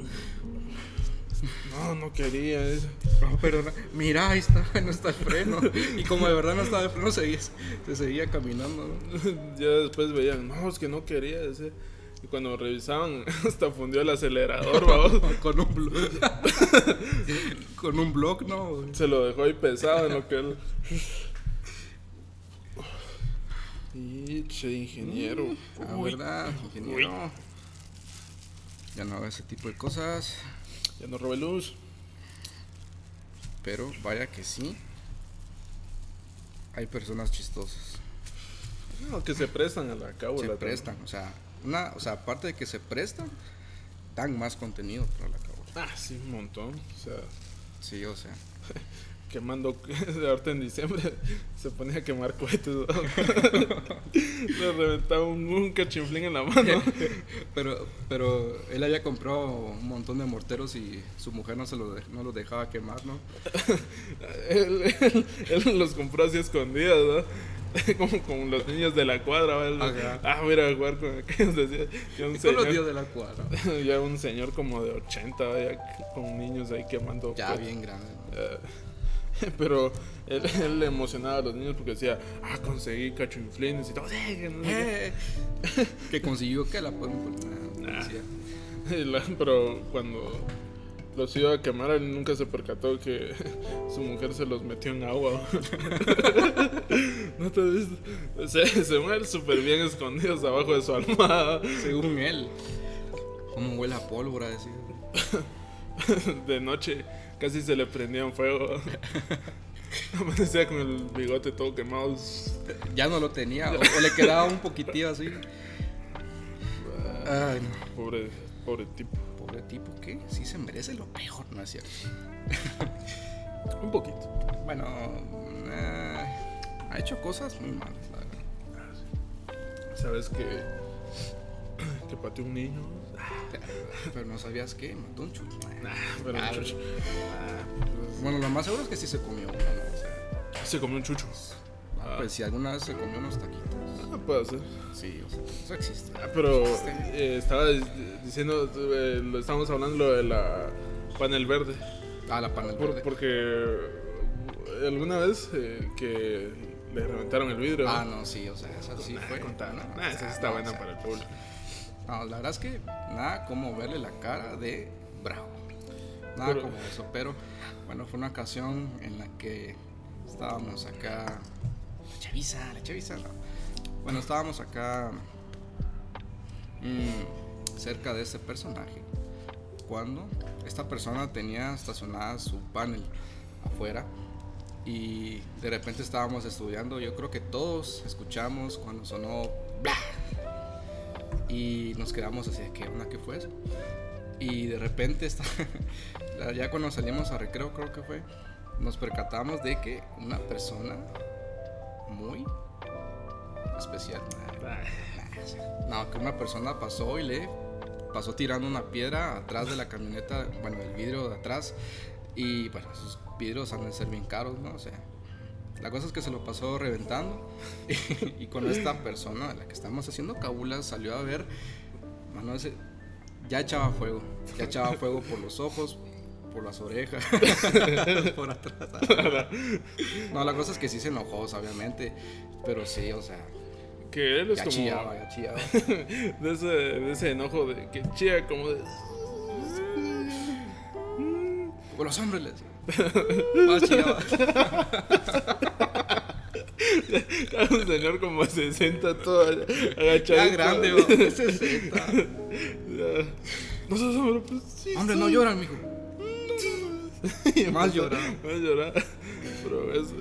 No, no quería eso. No, perdona. Mira, ahí está, [LAUGHS] no está el freno. Y como de verdad no estaba el freno, seguía, se seguía caminando. ¿no? [LAUGHS] Ya después veían, no, es que no quería ese. Y cuando revisaban, [LAUGHS] hasta fundió el acelerador, babos. [LAUGHS] Con un blog. [LAUGHS] Con un blog, ¿no? Se lo dejó ahí pesado en lo que él. [LAUGHS] Y che, ingeniero. Ah, Uy, ¿verdad, ingeniero? Ya no hago ese tipo de cosas, Ya no robé luz. pero vaya que sí. Hay personas chistosas. No, que se prestan a la cábula. Se también. prestan, o sea, una, o sea, aparte de que se prestan, dan más contenido para la cábula. Ah, sí, un montón. O sea, Sí, o sea. quemando. [LAUGHS] Ahorita en diciembre [LAUGHS] se ponía a quemar cohetes. ¿no? [LAUGHS] Le reventaba un, un cachinflín en la mano. [LAUGHS] Pero, pero él había comprado un montón de morteros y su mujer no se los, de- no los dejaba quemar, ¿no? él, él- él los compró así escondidas, ¿no? [LAUGHS] como, como los niños de la cuadra. ¿va? Él- Ajá. Ah, voy a ir a jugar con [LAUGHS] aquellos. Decía, ya un Y Con los señor, días de la cuadra. [LAUGHS] ya un señor como de 80, ¿va? ya con niños ahí quemando. Ya cohetes. bien grande. ¿no? Eh, [LAUGHS] Pero él, él le emocionaba a los niños porque decía, ah, conseguí cachinflines y todo. "Sí, que no sé qué". Eh, [LAUGHS] que consiguió que la policía. Ah. Y [LAUGHS] la- pero cuando los iba a quemar, él nunca se percató que [LAUGHS] su mujer se los metió en agua. [LAUGHS] ¿No te has visto? Se, se mueren súper bien escondidos abajo de su almohada. [LAUGHS] Según él. ¿Cómo huele a pólvora? Decía. De noche casi se le prendían [LAUGHS] fuego. Amanecía con el bigote todo quemado. Ya no lo tenía. O, o le quedaba un poquitillo así. Ay, no. Pobre, pobre tipo. Pobre tipo, ¿qué? Sí se merece lo peor, ¿no es cierto? Un poquito. Bueno, eh, ha hecho cosas muy malas, la verdad. ¿Sabes que, que pateó un niño? Pero no sabías qué, mató un chucho. Pero Ah, chucho. Bueno, lo más seguro es que sí se comió uno, ¿no? O sea, Se comió un chucho. ah, pues si alguna vez se comió unos taquitos. Ah, puede ser. Sí, o sea, eso existe. Ah, pero Este. eh, estaba dis- diciendo, eh, lo estábamos hablando lo de la panel verde. Ah, la pan del Por- borde. porque alguna vez eh, que le reventaron el vidrio. Ah, no, sí, o sea, esa sí Nah, fue. contala. no, Nah, esa sí está no, buena o sea, para el público. no, la verdad es que nada como verle la cara de bravo. Nada Pero- como eso, pero bueno, fue una ocasión en la que estábamos acá. La chaviza, la chaviza, no. Bueno, estábamos acá mm, cerca de este personaje cuando esta persona tenía estacionada su panel afuera y de repente estábamos estudiando. Yo creo que todos escuchamos cuando sonó bla y nos quedamos así, de, ¿qué onda que fue eso? Y de repente, está, [LAUGHS] la- ya cuando salimos a recreo, creo que fue, nos percatamos de que una persona muy especial, Ah, no, que una persona pasó y le pasó tirando una piedra atrás de la camioneta, bueno, del vidrio de atrás. Y bueno, esos vidrios han de ser bien caros, ¿no? O sea, la cosa es que se lo pasó reventando. y con esta persona de la que estamos haciendo cabulas salió a ver, mano, ese- ya echaba fuego. Ya echaba fuego por los ojos, por las orejas, [LAUGHS] por atrás. No, la cosa es que sí se enojó, o sea, obviamente. Pero sí, o sea, Que él es ya como chillaba, ya chillaba. [LAUGHS] de, ese, de ese enojo de que chía como de... [LAUGHS] O los hombres [LAUGHS] le decían. Más chillaba. un señor como 60 todo agachado. Ya [LAUGHS] grande, bo. 60. No sé, hombre, pues sí. Hombre, no soy. lloran, mijo. [LAUGHS] Y Más empezó- llorar. Más llorar. Pero es,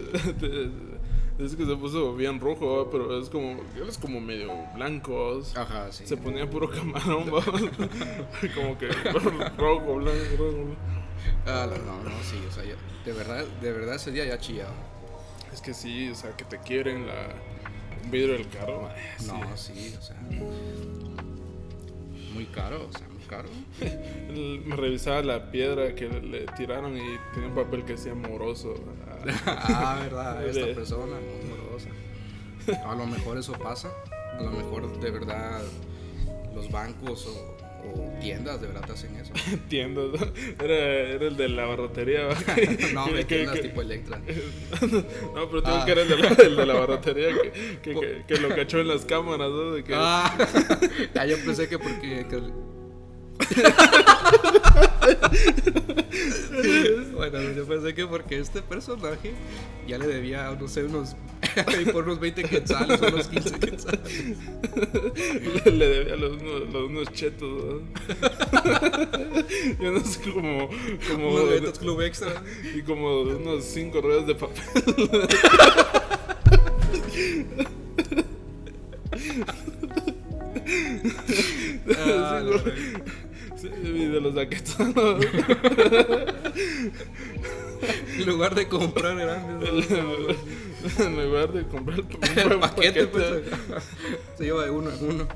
[LAUGHS] es que se puso bien rojo, ¿va? pero es como. Él es como medio blanco. ¿va? Ajá, Ah, sí. Se ponía puro camarón, ¿va? [LAUGHS] como que rojo, blanco, rojo. blanco. Ah, no, no, no, sí, o sea, ya- de verdad, de verdad ese día ya chillaba. Es que sí, o sea, que te quiebren la, un vidrio del carro. ay, sí. No, sí, o sea. Muy caro, o sea, muy caro. Él Me revisaba la piedra que le, le tiraron y tenía un papel que decía moroso. [LAUGHS] Ah, [LAUGHS] [LAUGHS] Ah, [LAUGHS] verdad, esta De- persona muy morosa. A lo mejor eso pasa. A lo mejor de verdad los bancos o, o tiendas de verdad te hacen [LAUGHS] eso. Entiendo, ¿no? era, era el de la barrotería. ¿va? No, Que- me que- tiendas que- tipo Electra. No, pero tengo Ah. que era el de la, el de la barrotería que, que, que- que lo cachó en las cámaras, ¿no? De que, [LAUGHS] Ah, ya yo pensé que porque. [LAUGHS] que- bueno, yo pensé que porque este personaje ya le debía, no sé, unos [LAUGHS] Y por unos 20 quetzales, unos [LAUGHS] 15 quetzales. Le, le debía los, unos- los unos chetos. ¿verdad? Yo no sé, como. como Unos boletos [LAUGHS] club extra. y como unos cinco rollos de papel. Ah, la verdad. Sí, y de los daquetanos. en lugar de comprar grandes. En lugar de comprar el El [LAUGHS] paquete, pues, se lleva de uno en uno.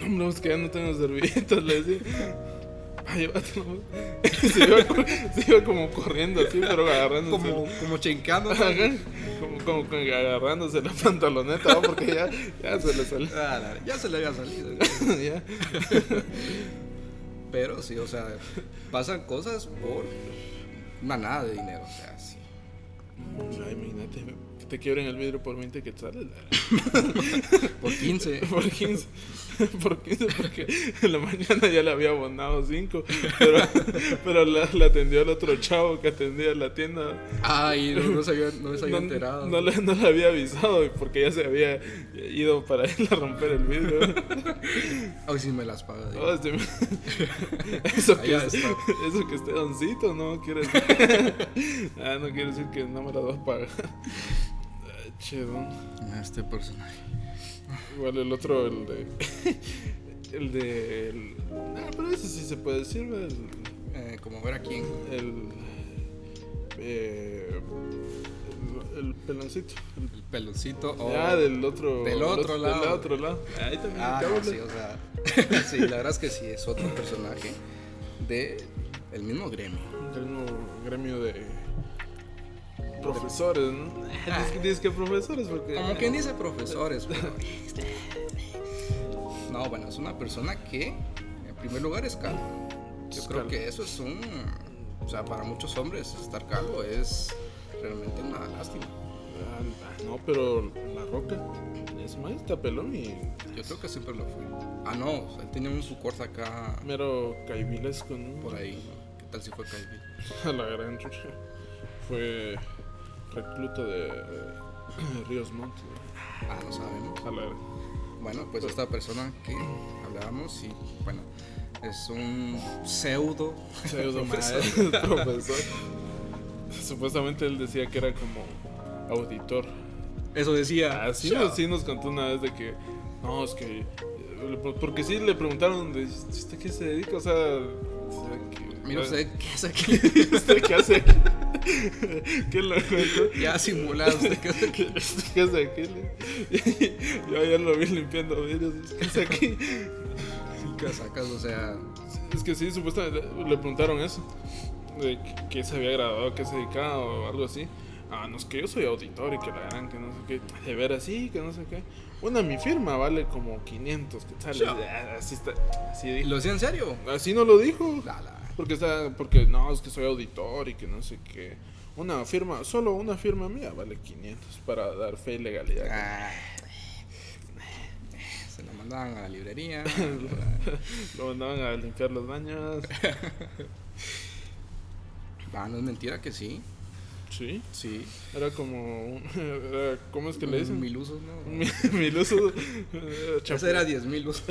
No, no, es que ya no tengo servilletas, le decía. Ah, llévatelo. Se iba, co- se iba como corriendo así, pero agarrándose. Como, como chencando. Ajá, [LAUGHS] Como, como que agarrándose la pantaloneta, ¿no? porque ya, ya se le salió. [LAUGHS] Ah, la- ya se le había salido. ya. Pero sí, o sea, pasan cosas por una nada de dinero. O sea, sí. Ay, imagínate que te quiebren el vidrio por 20 quetzales. la- Por 15. [LAUGHS] Por 15. Por 15 porque en la mañana ya le había abonado 5. Pero, [LAUGHS] pero la, la atendió el otro chavo que atendía la tienda. Ay, no, no se había, no se había No, enterado. no le, no le había avisado y porque ya se había ido para [LAUGHS] él a romper el vidrio. Ay, sí me las paga. digo. Oh, este- [LAUGHS] eso, que, Allá está. eso que esté doncito, ¿no? Quiere decir, [LAUGHS] ah, no quiere decir que no me la vas a pagar. Ah, Che, don. A Este personaje. Igual el otro, el de. [LAUGHS] El de. el- ah, pero ese sí se puede decir, ¿verdad? el. Eh, como ver a quién. El, eh, el, el peloncito. El peloncito. oh. O... Ah, del otro. Del otro Del lado. otro lado. Ahí también. Ah, cabrón. sí, o sea. [LAUGHS] sí, la verdad es que sí, es otro personaje de el mismo gremio. Del nuevo gremio de. Profesores, ¿no? [LAUGHS] Dices que, dices que profesores, porque. Como quien dice profesores, pero- este, No, bueno, es una persona que, en primer lugar, es calvo. Yo Es creo calvo. que eso es un. O sea, para muchos hombres, estar calvo es realmente una lástima. Ah, no, pero la roca. Es más, está pelón y. Yo creo que siempre lo fui. Ah, no, o sea, él tenía un su corte acá, Mero caivilesco, ¿no? por ahí. ¿Qué tal si fue Calvi? [LAUGHS] A la gran chucha. Fue recluta de, [CLEARS THROAT] de Ríos Montt. güey. Ah, no sabemos. A la gran. Bueno, pues esta persona que hablábamos y, bueno, es un pseudo. [LAUGHS] Pseudo [LAUGHS] profesor. maestro, [LAUGHS] profesor. Supuestamente él decía que era como auditor. Eso decía. Así Chao. nos, sí nos contó una vez de que, no, es que. eh, Porque sí le preguntaron, de, ¿usted qué se dedica? O sea. o sea, que- [LAUGHS] Mira bueno, usted, ¿qué es aquí? [LAUGHS] ¿Usted qué hace aquí? ¿Qué lo Ya simulado, usted que ¿Usted qué [LAUGHS] hace aquí? [LAUGHS] Yo ayer lo vi limpiando vidrios. ¿Qué hace aquí? casacas, o sea, Es que sí, supuestamente le preguntaron eso. De que se había graduado, que se dedicaba o algo así. Ah, no, es que yo soy auditor y que la gran, que no sé qué. De ver así, que no sé qué. Bueno, mi firma vale como 500 quetzales. Ya. Ah, Así está. Así ¿y dijo. lo hacía en serio? Así no lo dijo. La, la. Porque está, porque no, es que soy auditor y que no sé qué. Una firma, solo una firma mía vale 500 para dar fe y legalidad. Ah. Se lo mandaban a [LAUGHS] la librería. Lo mandaban a limpiar los baños. Ah, no es mentira que sí. Sí, Sí. era como. un- [LAUGHS] era- ¿Cómo es que le dicen? Mil usos, [LAUGHS] ¿no? Mi, mi [LAUGHS] luso era, eh, chapu- Ese era 10 [LAUGHS] mil usos.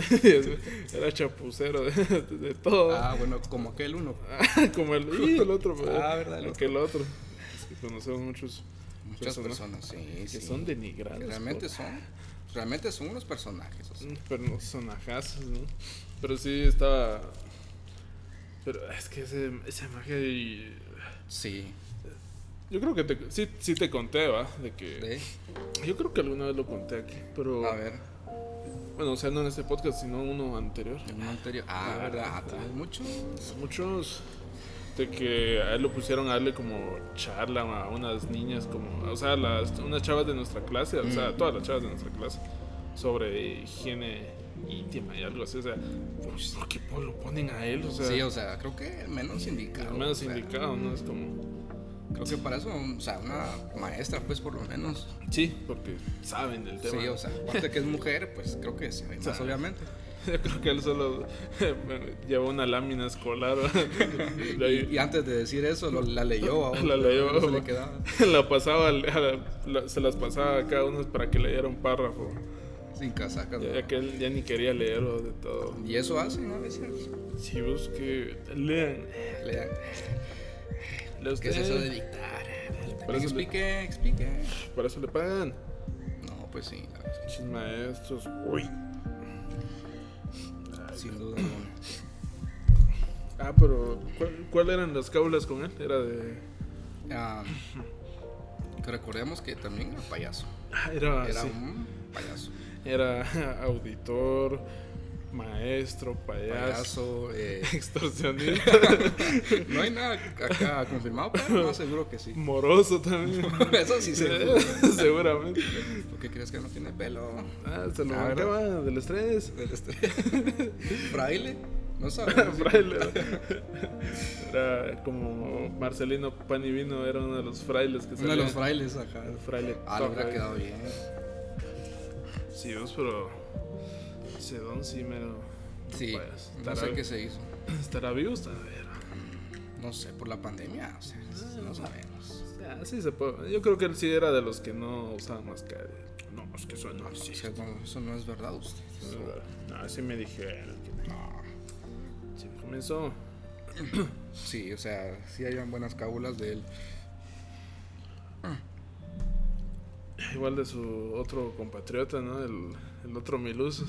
era chapucero de, de todo. Ah, bueno, como aquel uno. [LAUGHS] Como el, y el otro, pues, [LAUGHS] Ah, verdad, el el otro. que el otro. Es que conocemos muchos Muchas Personas. personas, sí. que sí. son Que denigrados. [LAUGHS] realmente son. Realmente son unos personajes. o sea. por- Pero no son ajazos, ¿no? Pero sí estaba. Pero es que ese, esa magia y. Sí. Yo creo que te, sí, sí te conté, ¿va? De que. ¿Ve? Yo creo que alguna vez lo conté aquí. Pero. A ver, Bueno, o sea, no en este podcast, sino uno anterior. en un anterior. Ah, verdad, atrás mucho. Muchos de que a él lo pusieron a darle como charla a unas niñas, como, o sea, las, unas chavas de nuestra clase, o Mm. sea, todas las chavas de nuestra clase, sobre higiene íntima y algo así, o sea, pues, ¿por qué po- lo ponen a él? O sea, Sí, o sea, creo que el menos indicado. al menos o sea. indicado, ¿no? Es como, Creo que para eso, o sea, una maestra, pues por lo menos. sí, porque saben del tema. Sí, o sea, aparte que es mujer, pues creo que se ve más, Sabe. obviamente. Yo creo que él solo [LAUGHS] llevó una lámina escolar. Y, y antes de decir eso, lo- la [LAUGHS] leyó. ¿va? La leyó. No se le quedaba. [LAUGHS] la pasaba, al- a la- la- se las pasaba a cada uno para que leyera un párrafo. Sin casacas. Ya, ¿va? ya que él ya ni quería leerlo de todo. Y eso hacen a veces. Si vos que lean, Lean. lea ¿Qué usted. es eso de dictar? Pero eso le- Explique, explique. Para eso le pagan. No, pues sí, la verdad, Pinches maestros. Uy. sin duda alguna. Ah, pero ¿cuál, cuál eran las cábulas con él? Era de. Ah, que recordemos que también era payaso. Ah, Era, Era sí. un payaso. Era [LAUGHS] auditor, maestro, payaso, Payaso. eh, [LAUGHS] [LAUGHS] extorsionista, [LAUGHS] no hay nada acá confirmado, pero más seguro que sí. moroso también. Eso sí seguro. [LAUGHS] [LAUGHS] Seguramente. ¿Por qué crees que no tiene pelo? Ah, se lo Ah, ¿verdad? bancaba del estrés. Del [LAUGHS] este- Fraile, no [LAUGHS] sabemos. Fraile. Era como Marcelino Pan y Vino, era uno de los frailes que Uno de salía. los frailes acá. El fraile. eh. Ah, le hubiera toca. quedado bien. Sí, dos, pero. Ese don sí mero. Sí, Pues, no estará- sé qué se hizo. ¿Estará vivo? Está a ver. No sé, por la pandemia, o sea, no sabemos. Ah, sí se puede. Yo creo que él sí era de los que no usaban mascarilla. No, es que eso no O existe. sea, no, eso no es verdad, usted. No, así me dijeron. No. Sí, comenzó. Sí, o sea, sí hayan buenas cábulas de él. Igual de su otro compatriota, ¿no? El, el otro Miluz.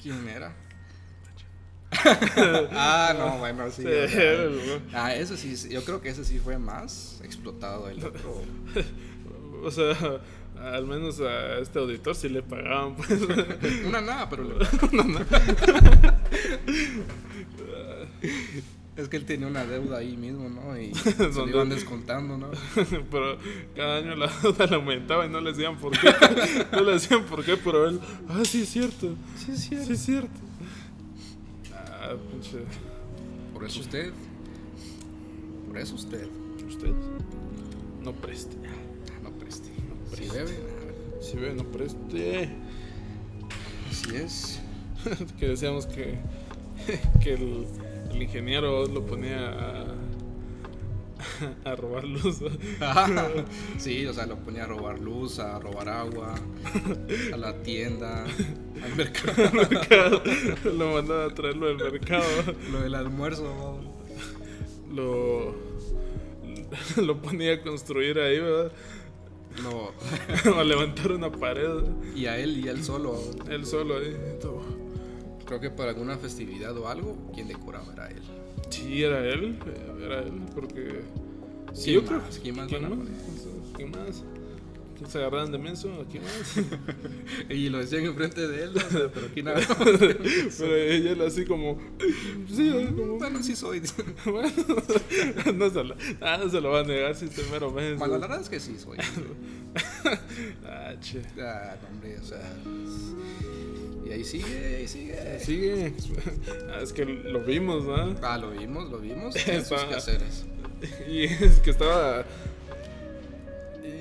¿Quién [LAUGHS] era? ah, no, bueno, [LAUGHS] sí. Sí, o sea, el- Ah, eso sí, sí, yo creo que ese sí fue más explotado el otro. o sea, al menos a este auditor sí le pagaban, pues. [LAUGHS] [LAUGHS] Una nada, pero le... Es que él tenía una deuda ahí mismo, ¿no? [LAUGHS] Y se lo Donde- iban descontando, ¿no? Pero cada año la deuda le aumentaba y no le decían por qué. No le decían por qué, pero él. Ah, sí, es cierto. Sí, es Sí, es cierto. Ah, pinche. Por eso usted. Por eso usted. Usted no preste. Ah, No preste. Si debe. ah, Si ve, no preste. [LAUGHS] Así es. que decíamos que, [LAUGHS] que el, el ingeniero lo ponía a, [LAUGHS] a robar luz. sí, o sea, lo ponía a robar luz, a robar agua, a la [LAUGHS] tienda, al mercado, [LAUGHS] lo mandaba a traerlo del mercado. lo del almuerzo. ¿no? Lo, lo ponía a construir ahí, ¿verdad? [LAUGHS] No. O a levantar una pared. Y a él y a él solo. Él solo ahí. Todo. Creo que para alguna festividad o algo, quien decoraba era él. Sí, era él. Era él, porque. Sí, ¿Quién yo creo. más? pues, ¿Quién más ¿Quién van a más? ¿Quién más? ¿Quién se agarraron de menso? ¿A quién [LAUGHS] más? Y lo decían enfrente de él, ¿no? [LAUGHS] O sea, pero [LAUGHS] aquí nada. Pero ella así como... Sí, como... [LAUGHS] Bueno, sí soy. Bueno, [LAUGHS] no se lo, ah, no se lo va a negar si es el mero mes. Bueno, la verdad es que sí soy. Ah, che. Ah, no, hombre, o sea. Y ahí sigue, ahí sigue. Sigue. [LAUGHS] Ah, es que lo vimos, ¿no? Ah, lo vimos, [LAUGHS] lo vimos. En sus Está- quehaceres. Y es que estaba...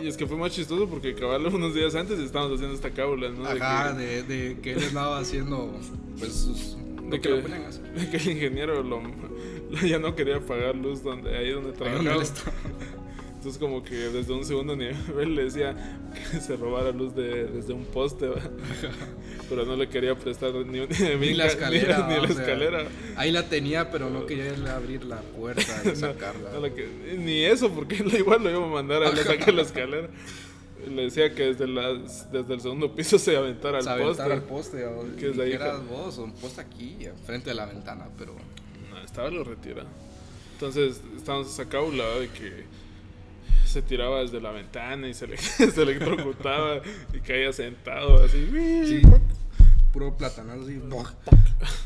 Y es que fue más chistoso porque cabal unos días antes estábamos haciendo esta cábula, ¿no? De Ajá, que- de, de que él estaba haciendo, pues, sus, lo De que- que, lo ponían a hacer. de [LAUGHS] que el ingeniero lo, lo- ya no quería pagar luz donde, ahí donde Ahí donde él trabajaba. estaba. Entonces como que desde un segundo [LAUGHS] nivel le decía que se robara luz de, desde un poste, ¿va? pero no le quería prestar ni, un- [LAUGHS] Ni la ca- escalera. ni, la o sea, escalera. ahí la tenía, pero no quería él abrir la puerta y sacarla. [LAUGHS] No le que- ni eso, porque [LAUGHS] él igual lo iba a mandar a él a sacar la escalera. Le decía que desde, las, desde el segundo piso se aventara al Se aventara poste. al poste. o- Que es y ahí, que eras ja. vos, o un poste aquí, enfrente de la ventana, pero. No, estaba lo retira. Entonces estábamos sacados la de que se tiraba desde la ventana y se, le- [LAUGHS] se electrocutaba y caía sentado así. Sí. Puro platanazo y.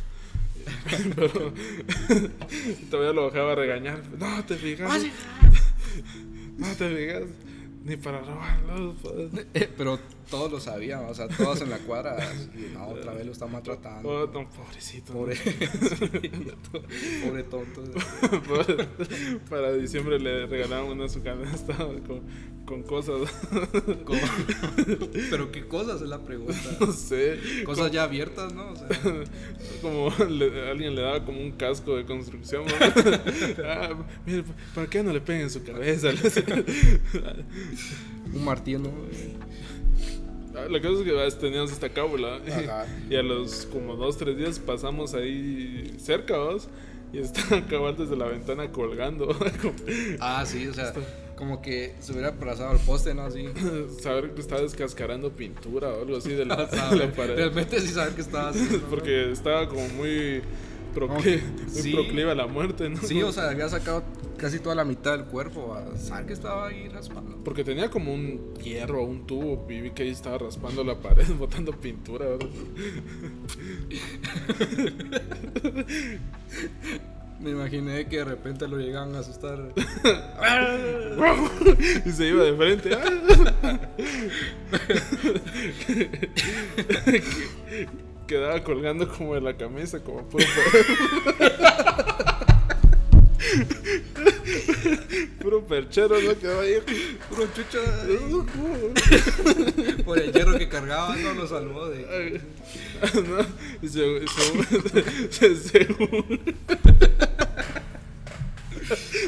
[LAUGHS] Pero [LAUGHS] [LAUGHS] todavía lo bajaba a regañar. No te fijas. No te fijas. Ni para robarlos. pues. Pero todos lo sabían, o sea, todos en la cuadra. y no, otra vez lo están maltratando. Oh, tan pobrecito. Pobre, [LAUGHS] sí, pobre tonto. [LAUGHS] Pobre- para diciembre le regalaron una a su canasta con, con cosas. [LAUGHS] ¿Cómo? Pero qué cosas es la pregunta. No sé. Cosas ya abiertas, ¿no? O sea, Como le- alguien le daba como un casco de construcción. ¿no? [LAUGHS] Ah, mire, ¿para qué no le peguen en su cabeza? [LAUGHS] un martillo. Ah, La cosa es que ah, teníamos esta cábula Ajá. y a los como dos, tres días pasamos ahí cerca, ¿vos? Y [LAUGHS] estaba cabal desde la ventana colgando. [LAUGHS] como- Ah, sí, o sea, como que se hubiera abrazado al poste, ¿no? [LAUGHS] Así. Saber que estaba descascarando pintura o algo así [LAUGHS] de la, O sea, de la pared. Realmente Ah, sí saber que estaba haciendo. ¿no? [LAUGHS] Porque estaba como muy, Como procli que- muy sí. proclive a la muerte, ¿no? Sí, o sea, había sacado casi toda la mitad del cuerpo. a Saber que estaba ahí raspando. Porque tenía como un hierro, un tubo, y vi que ahí estaba raspando la pared, [LAUGHS] botando pintura. ¿verdad? [LAUGHS] Me imaginé que de repente lo llegaban [LAUGHS] a asustar. y se iba de frente. [LAUGHS] Quedaba colgando como de la camisa, como puro per- [LAUGHS] puro perchero, ¿no? Quedaba ahí. Puro chucha por el hierro Uh, que cargaba, no lo salvó de. Ay, no, y se- según, se- según-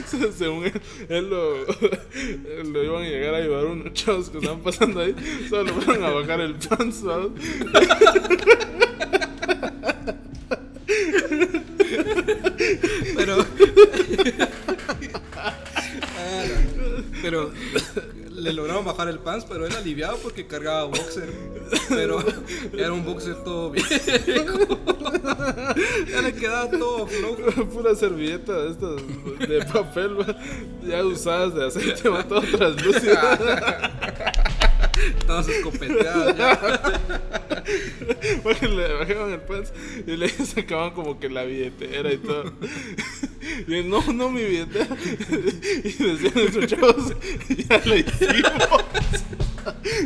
se- según él, él lo, lo iban a llegar a ayudar unos chavos que estaban pasando ahí, [LAUGHS] solo fueron a bajar el pan, [LAUGHS] ¿sabes? Pero. [LAUGHS] Ah, no. pero le lograron bajar el pants, pero él aliviado porque cargaba boxer. Pero era un boxer todo viejo. Ya le quedaba todo flojo. Pura servilleta de estas de papel, va, ya usadas de aceite, va todo translúcido. Estaba escopeteado ya. Porque le bajaban el pants y le [LAUGHS] sacaban como que la billetera y todo. [LAUGHS] Y él, no, no, mi billetera. [LAUGHS] Y decían esos chavos, ya la hicimos.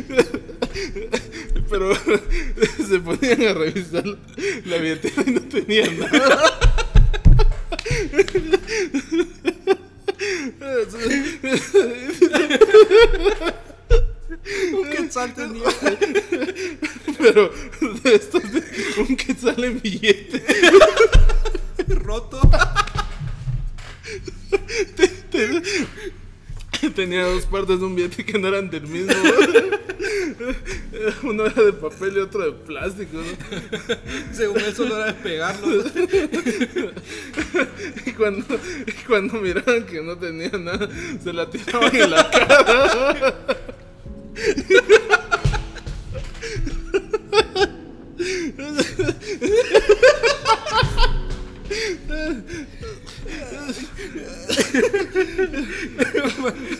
[LAUGHS] Pero [LAUGHS] se ponían a revisar la billetera y no tenían nada. Un quetzal tenía. Pero de estos, de un quetzal en billete. roto. Ten- Tenía dos partes de un billete que no eran del mismo. [LAUGHS] Uno era de papel y otro de plástico. ¿no? Según él solo era despegarlo. [LAUGHS] Y cuando, y cuando miraban que no tenía nada, se la tiraban en la cara.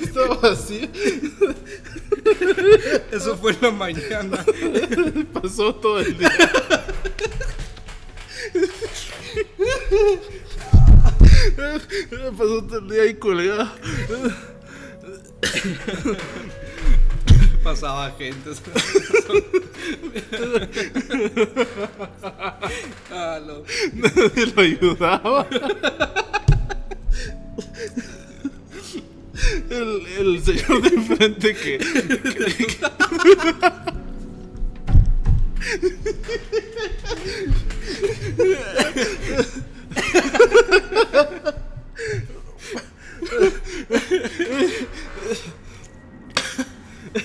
Estaba vacío. Eso fue en la mañana. Pasó todo el día. Pasó todo el día ahí colgado. Pasaba gente. Ah, lo- Nadie [LAUGHS] lo ayudaba. El, el señor de enfrente que.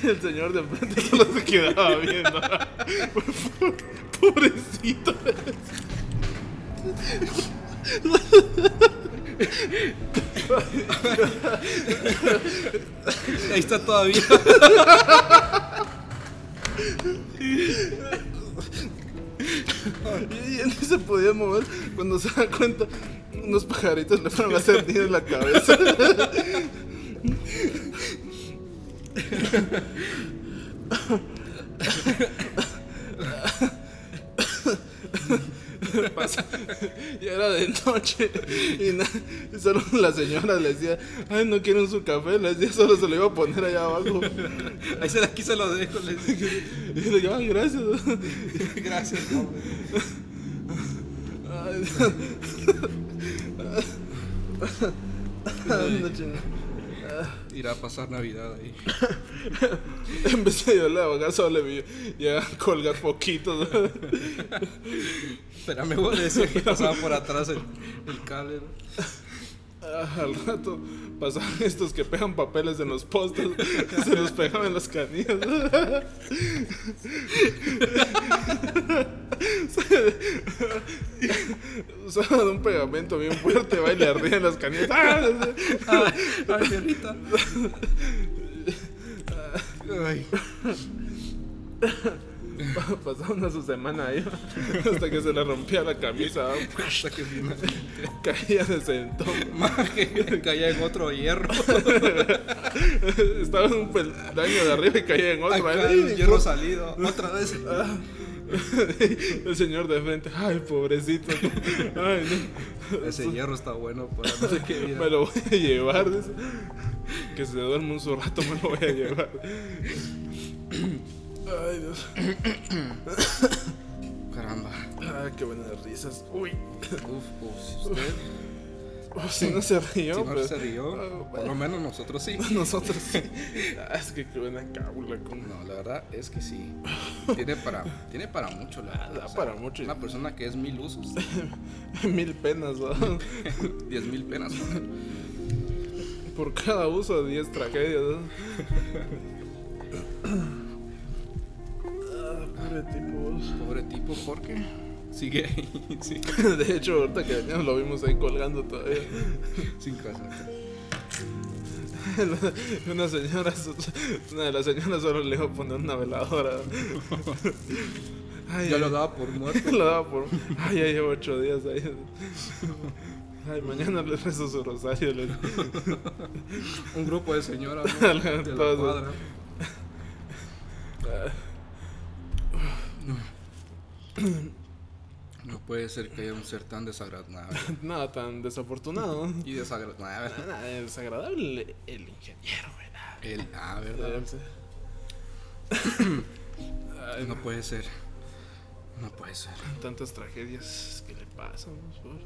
El señor de enfrente solo se quedaba viendo. [LAUGHS] Pobrecito. Ahí está todavía. Y ya no se podía mover cuando se da cuenta. Unos pajaritos le fueron a hacer nido en la cabeza. casa. Ya era de noche. Y, na- y solo la señora le decía, ay, no quieren su café. Le decía, solo se lo iba a poner allá abajo. Ahí se, aquí se lo dejo, le dije, Y le dije, ay, gracias. gracias. pobre. Ay, [LAUGHS] no, chinga. Irá a pasar Navidad ahí. En vez de yo le bajar, solo le vi ya colgar poquitos. Espérame, vos le decía que pasaba por atrás el, el cable. ¿no? Ah, Al rato pasaban estos que pegan papeles en los postes, se los pegaban en las canillas. Usaban un pegamento bien fuerte, va y le ardían las canillas. ¡Ah! Ay, ay, perrita. Ay. Pasaban a su semana ahí, hasta que se le rompía la camisa, Hasta que finalmente- caía de sentón. Más que caía en otro hierro. [LAUGHS] Estaba en un peldaño de arriba y caía en otro. Acá ¡Ay, el hierro salido. Otra vez. [LAUGHS] El señor de frente, ay, pobrecito. [LAUGHS] Ay, Ese hierro está bueno para no sé qué no, vida. me lo voy a llevar. dice. Que se duerme un su rato, me lo voy a llevar. [CLEARS THROAT] Ay, Dios. [CLEARS THROAT] Caramba. Ay, qué buenas risas. Uy, Uf, uf, si usted oh, si no se rió, si no pues, se rió, ah, por lo menos nosotros sí. [LAUGHS] Nosotros sí. Ah, es que qué buena cábula. Con... No, la verdad es que sí. Tiene para, tiene para mucho, la verdad. Da para mucho. Una persona que es mil usos, [LAUGHS] Mil penas, ¿no? diez mil penas. ¿no? Por cada uso, 10 tragedias. ¿no? ah, pobre tipo. vos. Pobre tipo, porque sigue ahí, [LAUGHS] sí, De hecho, ahorita que veníamos lo vimos ahí colgando todavía. [LAUGHS] sin casa. Una señora, una de las señoras solo le iba a poner una veladora. Ay, Yo ay, lo daba por [LAUGHS] muerto. lo daba por. Ay, ya llevo ocho días ahí. Ay, mañana le rezo su rosario. le- Un grupo de señoras ¿no? de la Todos. cuadra. Ah, No puede ser que haya un ser tan desagradable. Nada tan desafortunado. ¿no? Y desagradable. Nada desagradable el ingeniero, ¿verdad? El, ah, verdad. [COUGHS] Ay, No puede ser. No puede ser. [LAUGHS] tantas tragedias que le pasan, ¿no? Pobre.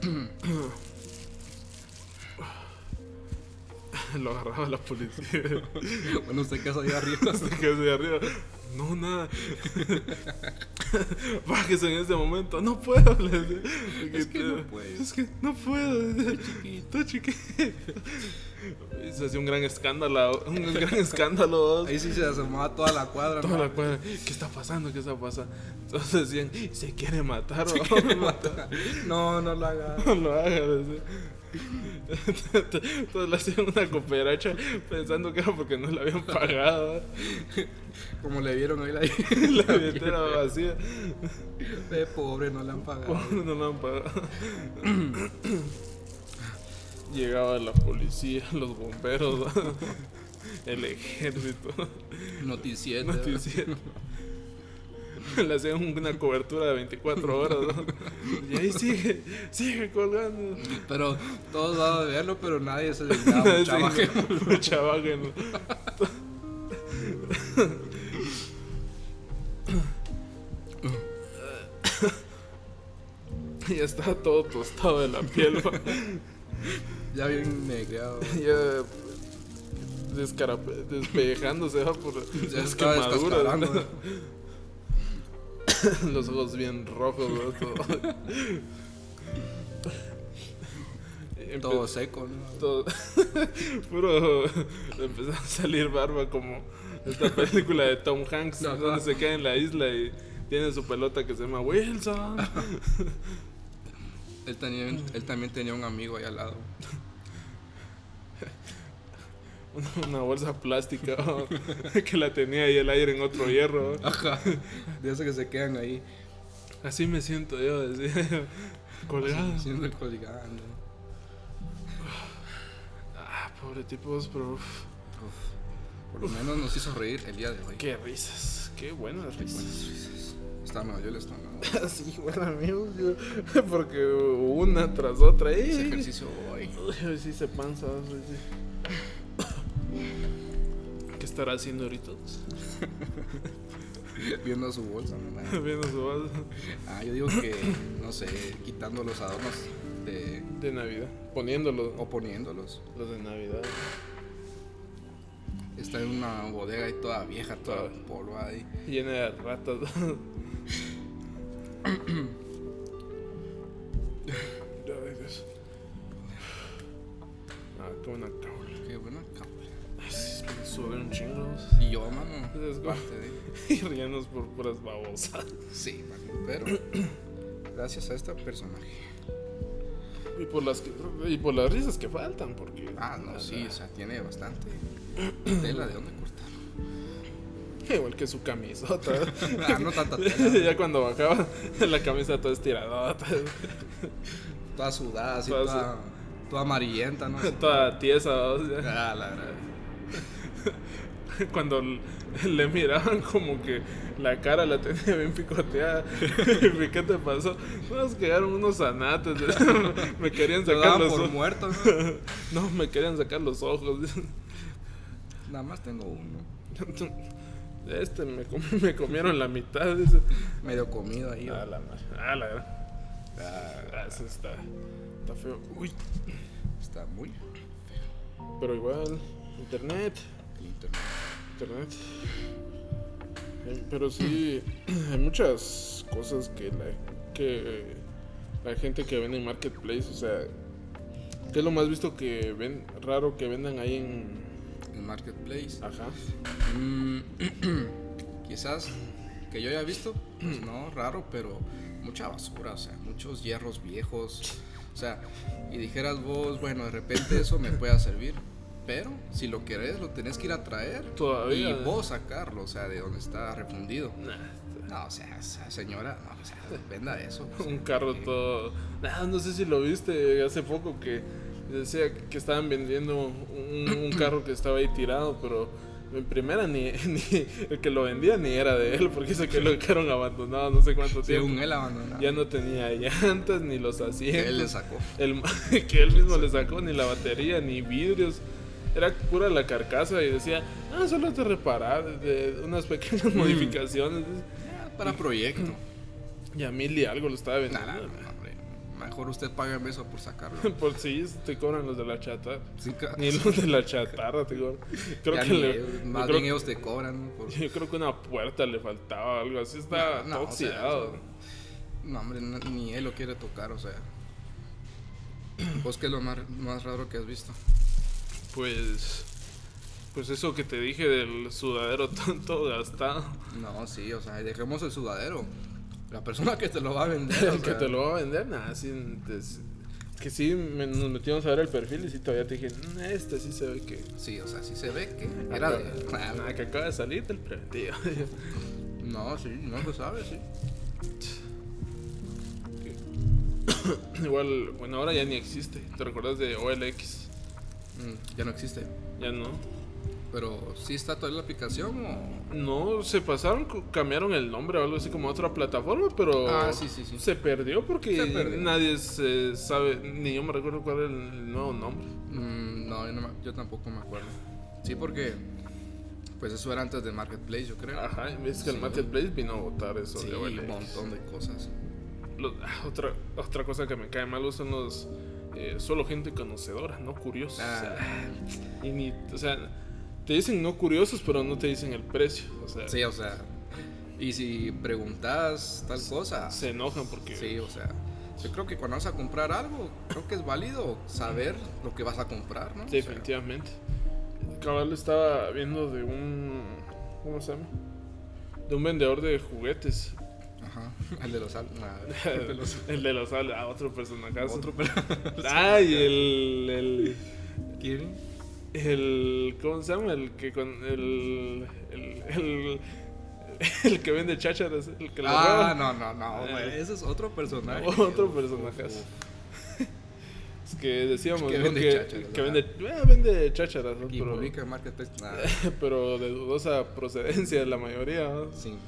[COUGHS] Lo agarraba la policía. [LAUGHS] Bueno, usted casa allá arriba. [LAUGHS] Hasta que de arriba. No, nada. Bájese en este momento. No puedo. le decía. Es que no puedes. Es que no puedo. Estoy chiquito. [LAUGHS] Y se hacía un gran escándalo. Un gran [LAUGHS] escándalo. Ahí sí se asomaba toda la cuadra. Toda ¿no? [LAUGHS] la cuadra, ¿qué está pasando? ¿Qué está pasando? Entonces decían, se quiere matar, se No, no la haga. [LAUGHS] No lo hagas. [LAUGHS] Entonces le hacían una cooperacha pensando que era porque no le habían pagado. [LAUGHS] Como le vieron ahí la, La billetera vacía. Eh, pobre, no le han pagado. Pobre, No le han [LAUGHS] pagado. Llegaba la policía, los bomberos, [LAUGHS] el ejército. [LAUGHS] Noticiero. noticiero. Le hacían una cobertura de 24 horas, ¿no? Y ahí sigue, sigue colgando. Pero todos daban de verlo, pero nadie [LAUGHS] se dedicaba Nadie mucho se- a que- mucha vaga, ¿no? [LAUGHS] Ya está todo tostado de la piel, ¿no? Ya bien [LAUGHS] negreado. ya descarap despejándose va por Ya las estaba quemaduras, ¿no? descascarando. [LAUGHS] Los ojos bien rojos, ¿no? Todo. [LAUGHS] Empe- Todo seco, ¿no? todo- [LAUGHS] Puro. Empezó a salir barba como esta película de Tom Hanks, Ajá. donde se cae en la isla y tiene su pelota que se llama Wilson. Él, tenía- él también tenía un amigo ahí al lado. Una bolsa plástica ¿no? [LAUGHS] que la tenía y el aire en otro hierro. ¿no? Ajá. De esos que se quedan ahí, Así me siento yo, decía. Colgado. siendo colgando. Ah, pobre tipos, pero uf, Uf. Por lo menos nos hizo reír el día de hoy. qué risas, qué buenas risas. Risas. Está mal, yo le estaba mal. [LAUGHS] Así, bueno, amigos, yo- [LAUGHS] porque una tras otra. ¡eh! Ese ejercicio hoy. [LAUGHS] Ay, sí se panza. sí, sí. [COUGHS] ¿Qué estará haciendo ahorita? Viendo su bolsa, nomás. [LAUGHS] Viendo su vaso Ah, yo digo que, no sé, quitando los adornos de, de Navidad. Poniéndolo. o poniéndolos. Los de Navidad. Está en una bodega y toda vieja, toda Toda. polva ahí. Llena de ratas. [COUGHS] Ay, Dios. Ah, qué buena cámara. Qué buena capa. Ay, sí, me suben un chingo. Y yo, mano, [LAUGHS] Let's go. parte de... Y riéndonos por puras babosas. Sí, mano, pero gracias a este personaje. Y por las, que- y por las risas que faltan, porque. Ah, no, sí, o sea, tiene bastante tela de dónde cortar. [LAUGHS] Igual que su camisota. Ah, no tanta tela, [LAUGHS] ya cuando bajaba, la camisa toda estirada, toda sudada, así, Toda toda, toda, amarillenta, ¿no? [LAUGHS] [LAUGHS] toda tiesa. o sea, Ah, la verdad. cuando l- le miraban como que la cara la tenía bien picoteada. [LAUGHS] ¿Y ¿Qué te pasó? Nos quedaron unos zanates. [LAUGHS] me querían Lo sacar daban los por ojos. [LAUGHS] muerto, ¿no? No, me querían sacar los ojos. [LAUGHS] Nada más tengo uno. Este me, com- me comieron la mitad. dice. Medio comido ahí. Ah, la madre. Ah, la gran. Ah, eso está. Está feo. Uy. Está muy Pero igual, internet. el internet. Internet. Eh, Pero sí, [CLEARS THROAT] hay muchas cosas que la, que eh, la gente que vende en Marketplace, o sea, ¿qué es lo más visto que ven, raro que vendan ahí en. El marketplace. Ajá. Mm, [CLEARS THROAT] quizás que yo haya visto, pues no, raro, pero mucha basura, o sea, muchos hierros viejos, o sea, y dijeras vos, bueno, de repente eso me pueda servir, pero si lo querés, lo tenés que ir a traer Todavía. y vos sacarlo, o sea, de donde está refundido. Nah, No, o sea, esa señora, no, o sea, venda eso. Eh, o [LAUGHS] sea, un carro que- todo. Ah, no sé si lo viste hace poco que decía que estaban vendiendo un, [CLEARS THROAT] un carro que estaba ahí tirado, pero en primera ni, [LAUGHS] ni- el que lo vendía ni era de él, porque dice que lo dejaron abandonado no sé cuánto tiempo. Según él abandonado. Ya no tenía [LAUGHS] llantas ni los e- que él pues, le asientos. sacó. el ma- [LAUGHS] que él mismo le sacó ni la batería ni vidrios. Era pura la carcasa y decía, ah, solo te reparar de unas pequeñas Mm. modificaciones. Ah, Para [CLEARS THROAT] proyecto. Y a mil y algo lo estaba vendiendo. Nada, no, hombre, Mejor usted paga eso por [LAUGHS] sacarlo. Por si Pues te cobran los de la chatarra. Sí, ca- Ni los de la chatarra, te cobran. Creo Ya que ni le- ellos, yo más creo- bien ellos te cobran. ¿no? Por- yo creo que una puerta le faltaba algo así, [LAUGHS] está No, no, o sea, oxidado. No, hombre, no- ni él lo quiere tocar, o sea. [CLEARS THROAT] ¿Vos qué es lo más, más raro que has visto? Pues. Pues eso que te dije del sudadero [LAUGHS] tanto gastado. No, sí, o sea, dejemos el sudadero. La persona que te lo va [LAUGHS] a vender. o El que sea, te lo va a vender, nada, así. es- Que sí, me- nos metimos a ver el perfil y sí, todavía te dije, "Mm, este sí se ve que. Sí, o sea, sí se ve que Ah, era de. Nada, que acaba de salir del preventivo. [LAUGHS] No, sí, no lo sabes, sí. [COUGHS] Igual, bueno, ahora ya ni existe. ¿Te recuerdas de OLX? Mm, Ya no existe. Ya no. Pero, ¿sí está todavía la aplicación o.? No, se pasaron, cu- cambiaron el nombre o algo así como a otra plataforma, pero Ah, sí, sí, sí. se perdió porque Se perdió. nadie se sabe, ni yo me recuerdo cuál era el nuevo nombre. Mm, no, yo, no me- yo tampoco me acuerdo. Sí, porque. Pues eso era antes de Marketplace, yo creo. Ajá, es que el Sí. Marketplace vino a votar eso Sí, de un OLX. montón de cosas. Lo- ah, otra, otra cosa que me cae mal son los... eh, solo gente conocedora, no curiosos. Ah. o sea, y ni, o sea, te dicen no curiosos, pero no te dicen el precio. O sea, Sí, o sea. Y si preguntas tal cosa. se enojan porque... Sí, o sea. Yo creo que cuando vas a comprar algo, creo que es válido saber lo que vas a comprar, ¿no? O sea, Definitivamente. Cabal estaba viendo de un. ¿Cómo se llama? De un vendedor de juguetes. ajá. El de los al- [LAUGHS] nah, el de los- el de los al- a otro personaje. Otro pero- Ay, el, el. ¿Quién? El. ¿Cómo se llama? El que con. El. El. El, [LAUGHS] el que vende chácharas. El que lo roba. Ah, no, no, no. Eh. güey, Ese es otro personaje. [LAUGHS] Otro personaje. Es que decíamos. Que ¿no? vende que, chácharas, que ajá. vende. eh, vende chácharas, ¿no? Y [LAUGHS] Pero- publica en Marketplace. Nah, pero de dudosa procedencia la mayoría. ¿no? sin. nah,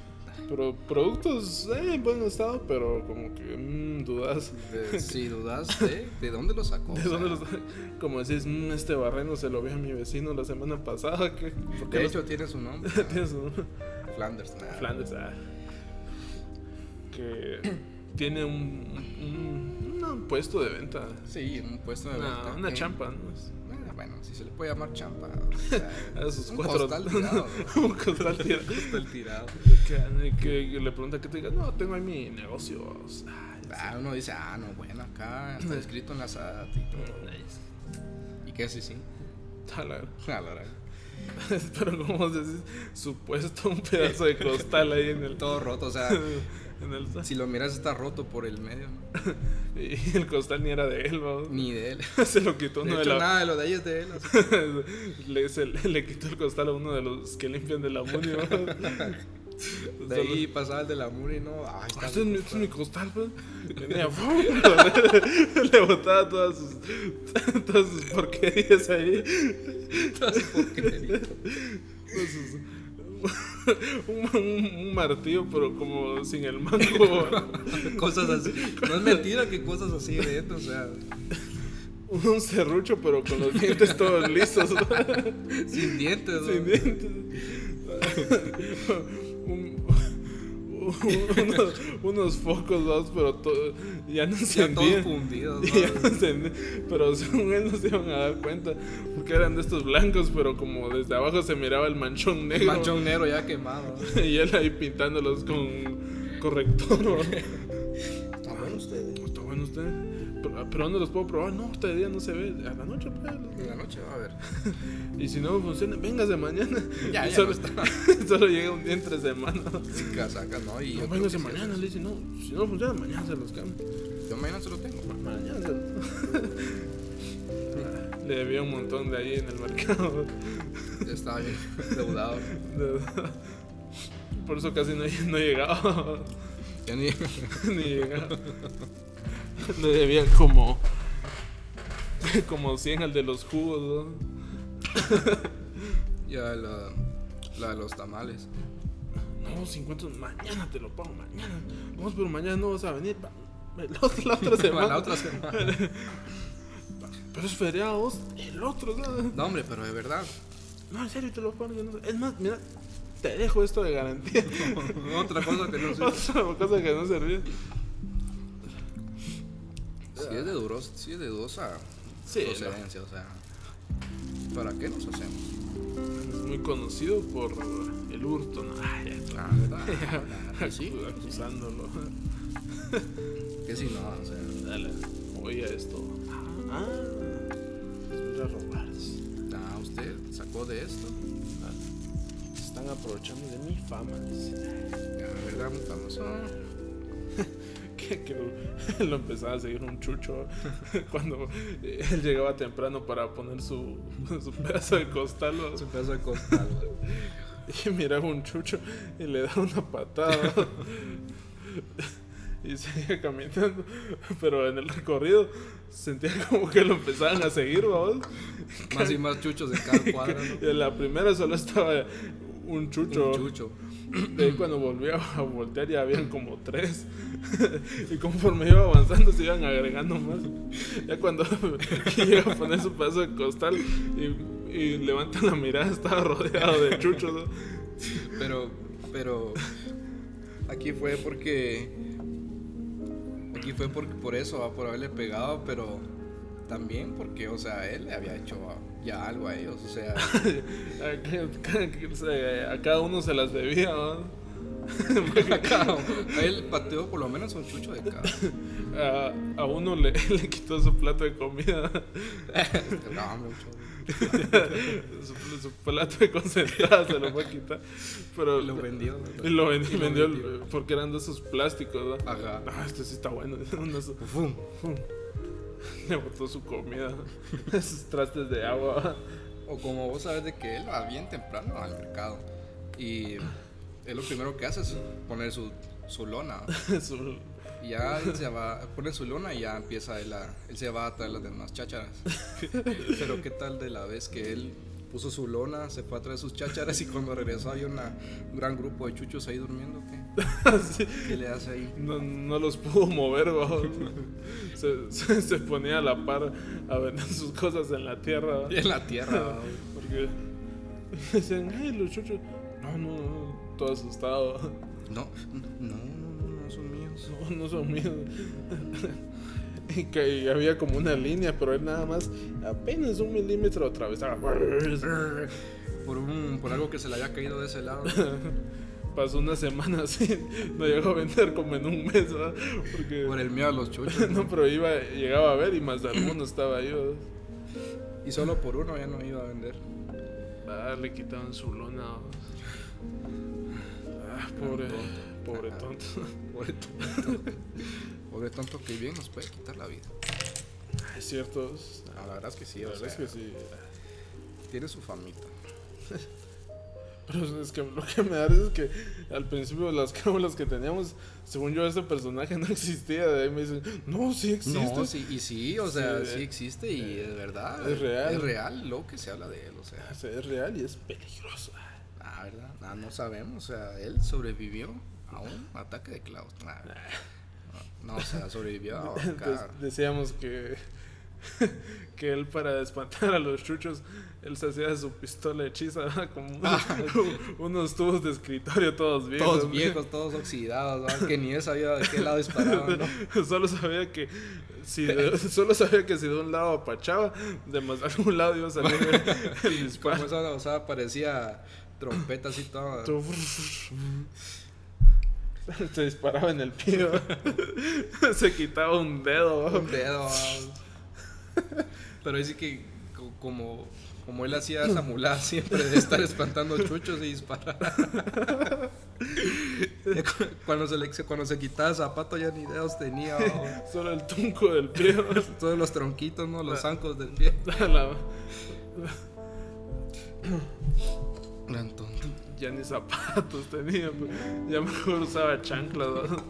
Pero productos eh, en buen estado, pero como que mm, dudas. De- si dudas de, de dónde lo sacó. ¿De o sea, dónde los- [LAUGHS] Como decís, "Mm, este barreno se lo vi a mi vecino la semana pasada. [LAUGHS] que ¿Por qué de los- hecho, tiene su nombre. tienes un Flanders. nada. Flanders? ah, que tiene un, un- un- un puesto de venta. Sí, un puesto de Una, venta. una Eh, champa, ¿no? Es- ah, bueno, si se le puede llamar champa. [LAUGHS] o sea, A sus un cuatro. [LAUGHS] costal tirado. un [LAUGHS] costal tirado. Costal tirado. que, que- que le pregunta que te diga, no, tengo ahí mi negocio. o sea, Ah, uno dice, ah, no, bueno, [LAUGHS] acá está escrito en la SAT y todo. nice. Y que sí, [LAUGHS] sí. A la- A la verdad. [LAUGHS] Pero como decís, supuesto un pedazo de costal ahí en el Todo roto, o sea, [LAUGHS] en el- si lo miras está roto por el medio, ¿no? [LAUGHS] Y el costal ni era de él, vamos. Ni de él. [LAUGHS] Se lo quitó De uno de, hecho, la... nada de lo de ahí es de él. o sea. [LAUGHS] le, se- le quitó el costal a uno de los que limpian de la muni, vamos. [LAUGHS] De ahí pasaba el de la Muri, ¿no? Ah, Ah, está Este es, mi- roto, este es mi costal, pues. Venía, [LAUGHS] ¡fum! Le botaba todas sus, [LAUGHS] todas sus porquerías ahí. está [LAUGHS] porquerito. Todas sus- [LAUGHS] un, un- un martillo, pero como sin el mango. [LAUGHS] Cosas así. No es mentira que cosas así de esto, o sea, un serrucho, pero con los dientes todos listos. sin dientes. ¿no? sin dientes. Un- unos, unos focos, dos, pero to- ya no se Ya todos encendían. fundidos. Y ¿no? [LAUGHS] ya no se ent- pero según él no se iban a dar cuenta porque eran de estos blancos, pero como desde abajo se miraba el manchón negro Manchón negro ya quemado. [LAUGHS] y él ahí pintándolos con corrector. ¿no? Está bueno ustedes. Está bueno usted. Pero, pero ¿dónde los puedo probar? No, este día no se ve. A la noche, pues. En la noche va a ver. Y si no funciona, vengas de mañana. [LAUGHS] Ya, [LAUGHS] Y ya solo, no solo llega un día entre semana. Sí, que la saca, ¿no? Y yo creo Vengas que de sí, mañana, le dice, no, si no funciona, mañana se los cambio. Yo mañana se lo tengo. Mañana se los- [LAUGHS] Le debía un montón de ahí en el mercado. [LAUGHS] Ya estaba bien [LAUGHS] deudado. De- Por eso casi no, no llegaba. [LAUGHS] Ya ni- [LAUGHS] Ni llegaba. [LAUGHS] Le debía como. [LAUGHS] Como 100 al de los jugos, ¿no? Ya la, la de los tamales. No, 50. Mañana te lo pago, mañana. Vamos, pero mañana no vas a venir. [LAUGHS] pa- La otra, [LAUGHS] la otra semana. La otra semana. [LAUGHS] Pero es feriado, vos, el otro, ¿no? No, hombre, pero de verdad. No, en serio te lo pago. yo no- Es más, mira, te dejo esto de garantía. [LAUGHS] Otra cosa que [LAUGHS] no sé. [LAUGHS] Otra cosa que no servía. Sí es de duros, sí es de dudosa Sí, procedencia, o sea. ¿Para qué nos hacemos? Es muy conocido por el hurto, ¿no? Ay, [LAUGHS] La verdad. que Ah, sí. Acusándolo. Que si no, o sea. Dale. Oye, esto. Ah, es para robarse. nah, usted sacó de esto. Ah, se están aprovechando de mi fama. dice. La verdad, muy famoso. Que, que lo- [LAUGHS] lo empezaba a seguir un chucho [LAUGHS] cuando eh, él llegaba temprano para poner su, [LAUGHS] su pedazo de costal. ¿no? Su pedazo de costal. [LAUGHS] Y miraba un chucho y le daba una patada. [LAUGHS] y seguía caminando. [LAUGHS] Pero en el recorrido sentía como que lo empezaban a seguir, vamos. Más y más chuchos en cada cuadra, ¿no? Y en la primera solo estaba un chucho. Un chucho. De Mm. ahí cuando volvía a voltear ya habían como tres. [LAUGHS] y conforme iba avanzando se iban agregando más. Ya cuando [LAUGHS] llega a poner su pedazo de costal y, y levanta la mirada estaba rodeado de chuchos. ¿no? Pero, pero aquí fue porque aquí fue por, por eso, ah, por haberle pegado, pero también porque, o sea, él le había hecho ah, ya algo a ellos, o sea, A que- se- a cada uno se las debía, ¿no? [LAUGHS] él pateó por lo menos un chucho de cada. A, a uno le, le quitó su plato de comida, [LAUGHS] No, hombre, un chucho. su, su plato de concentrada se lo fue a quitar. Pero Lo vendió. Y lo vendi- Y lo vendió vendió. porque eran de esos plásticos, ¿no? Ajá. Ah, este sí está bueno. [LAUGHS] uno su- Fum. le botó su comida, [LAUGHS] sus trastes de agua. [LAUGHS] O como vos sabes de que él va bien temprano al mercado y él lo primero que hace es poner su, su lona. su- [LAUGHS] Y ya él se va, pone su lona y ya [LAUGHS] empieza él a, él se va a traer las demás chácharas. Pero qué tal de la vez que él puso su lona, se fue a traer sus chácharas y cuando regresó había una- un gran grupo de chuchos ahí durmiendo. ¿Qué, Sí. qué le hace ahí? No, no los pudo mover, [LAUGHS] vamos. Se, se- se ponía a la par a vender sus cosas en la tierra. ¿va? En la tierra. Porque [LAUGHS] decían, ay, los chuchos. No, no, no, todo asustado. [LAUGHS] No, no, no, no son míos. No, no son míos. [LAUGHS] Y que y había como una línea, pero él nada más apenas un milímetro atravesaba. Por, un, por algo que se le había caído de ese lado. Pasó una semana [LAUGHS] así, no llegó a vender como en un mes, ¿verdad? Porque Por e- el miedo a los chuchos. [LAUGHS] no, pero iba, llegaba a ver y más de alguno estaba ahí. ¿verdad? Y solo por uno ya no iba a vender. Ah, le quitaban su lona. ¿verdad? Ah, pobre, pobre Ajá. tonto. [LAUGHS] Pobre tonto. [LAUGHS] Pobre tonto que bien nos puede quitar la vida. Es cierto. Ah, la verdad es que sí, La o verdad es sea, que sí. tiene su famita. Pero es que lo que me da risa es que al principio las [LAUGHS] cámaras que teníamos, según yo, ese personaje no existía. De ahí me dicen, no, sí existe. No, sí, y sí, o sea, Sí, sí, eh, existe y es verdad. es real. Es real lo que se habla de él, o sea. O sea, es real y es peligroso. Ah, ¿verdad? Ah, no sabemos, o sea, él sobrevivió a un ataque de clavos. Nah. No, o [LAUGHS] sea, sobrevivió a Entonces, ahorcar. decíamos que, [LAUGHS] que él, para espantar a los chuchos, él se hacía de su pistola hechiza, [LAUGHS] ¿verdad? como un- como unos tubos de escritorio todos viejos. Ah, Todos viejos, todos oxidados, ¿verdad? que ni él sabía de qué lado disparaban. [LAUGHS] ¿no? Solo sabía que [LAUGHS] si de, solo sabía que si de un lado apachaba, de más de algún lado iba a salir el, [LAUGHS] el Como disparo. esa o sea, parecía trompeta así toda. Tú- [LAUGHS] Se disparaba en el pie. [LAUGHS] ¿va? [LAUGHS] Se quitaba un dedo. ¿va? un dedo. ¿va? Pero dice que co- como, como él hacía esa mulada [LAUGHS] siempre de estar espantando chuchos y disparar. Ya cu- cuando, se le, cuando se quitaba el zapato ya ni dedos tenía. ¿va? Solo el tunco del pie. [LAUGHS] ¿va? Todos los tronquitos, ¿no? Los zancos del pie. A la- Gran tonto. ya ni zapatos tenía. pues. Ya mejor usaba chanclas. ¿va?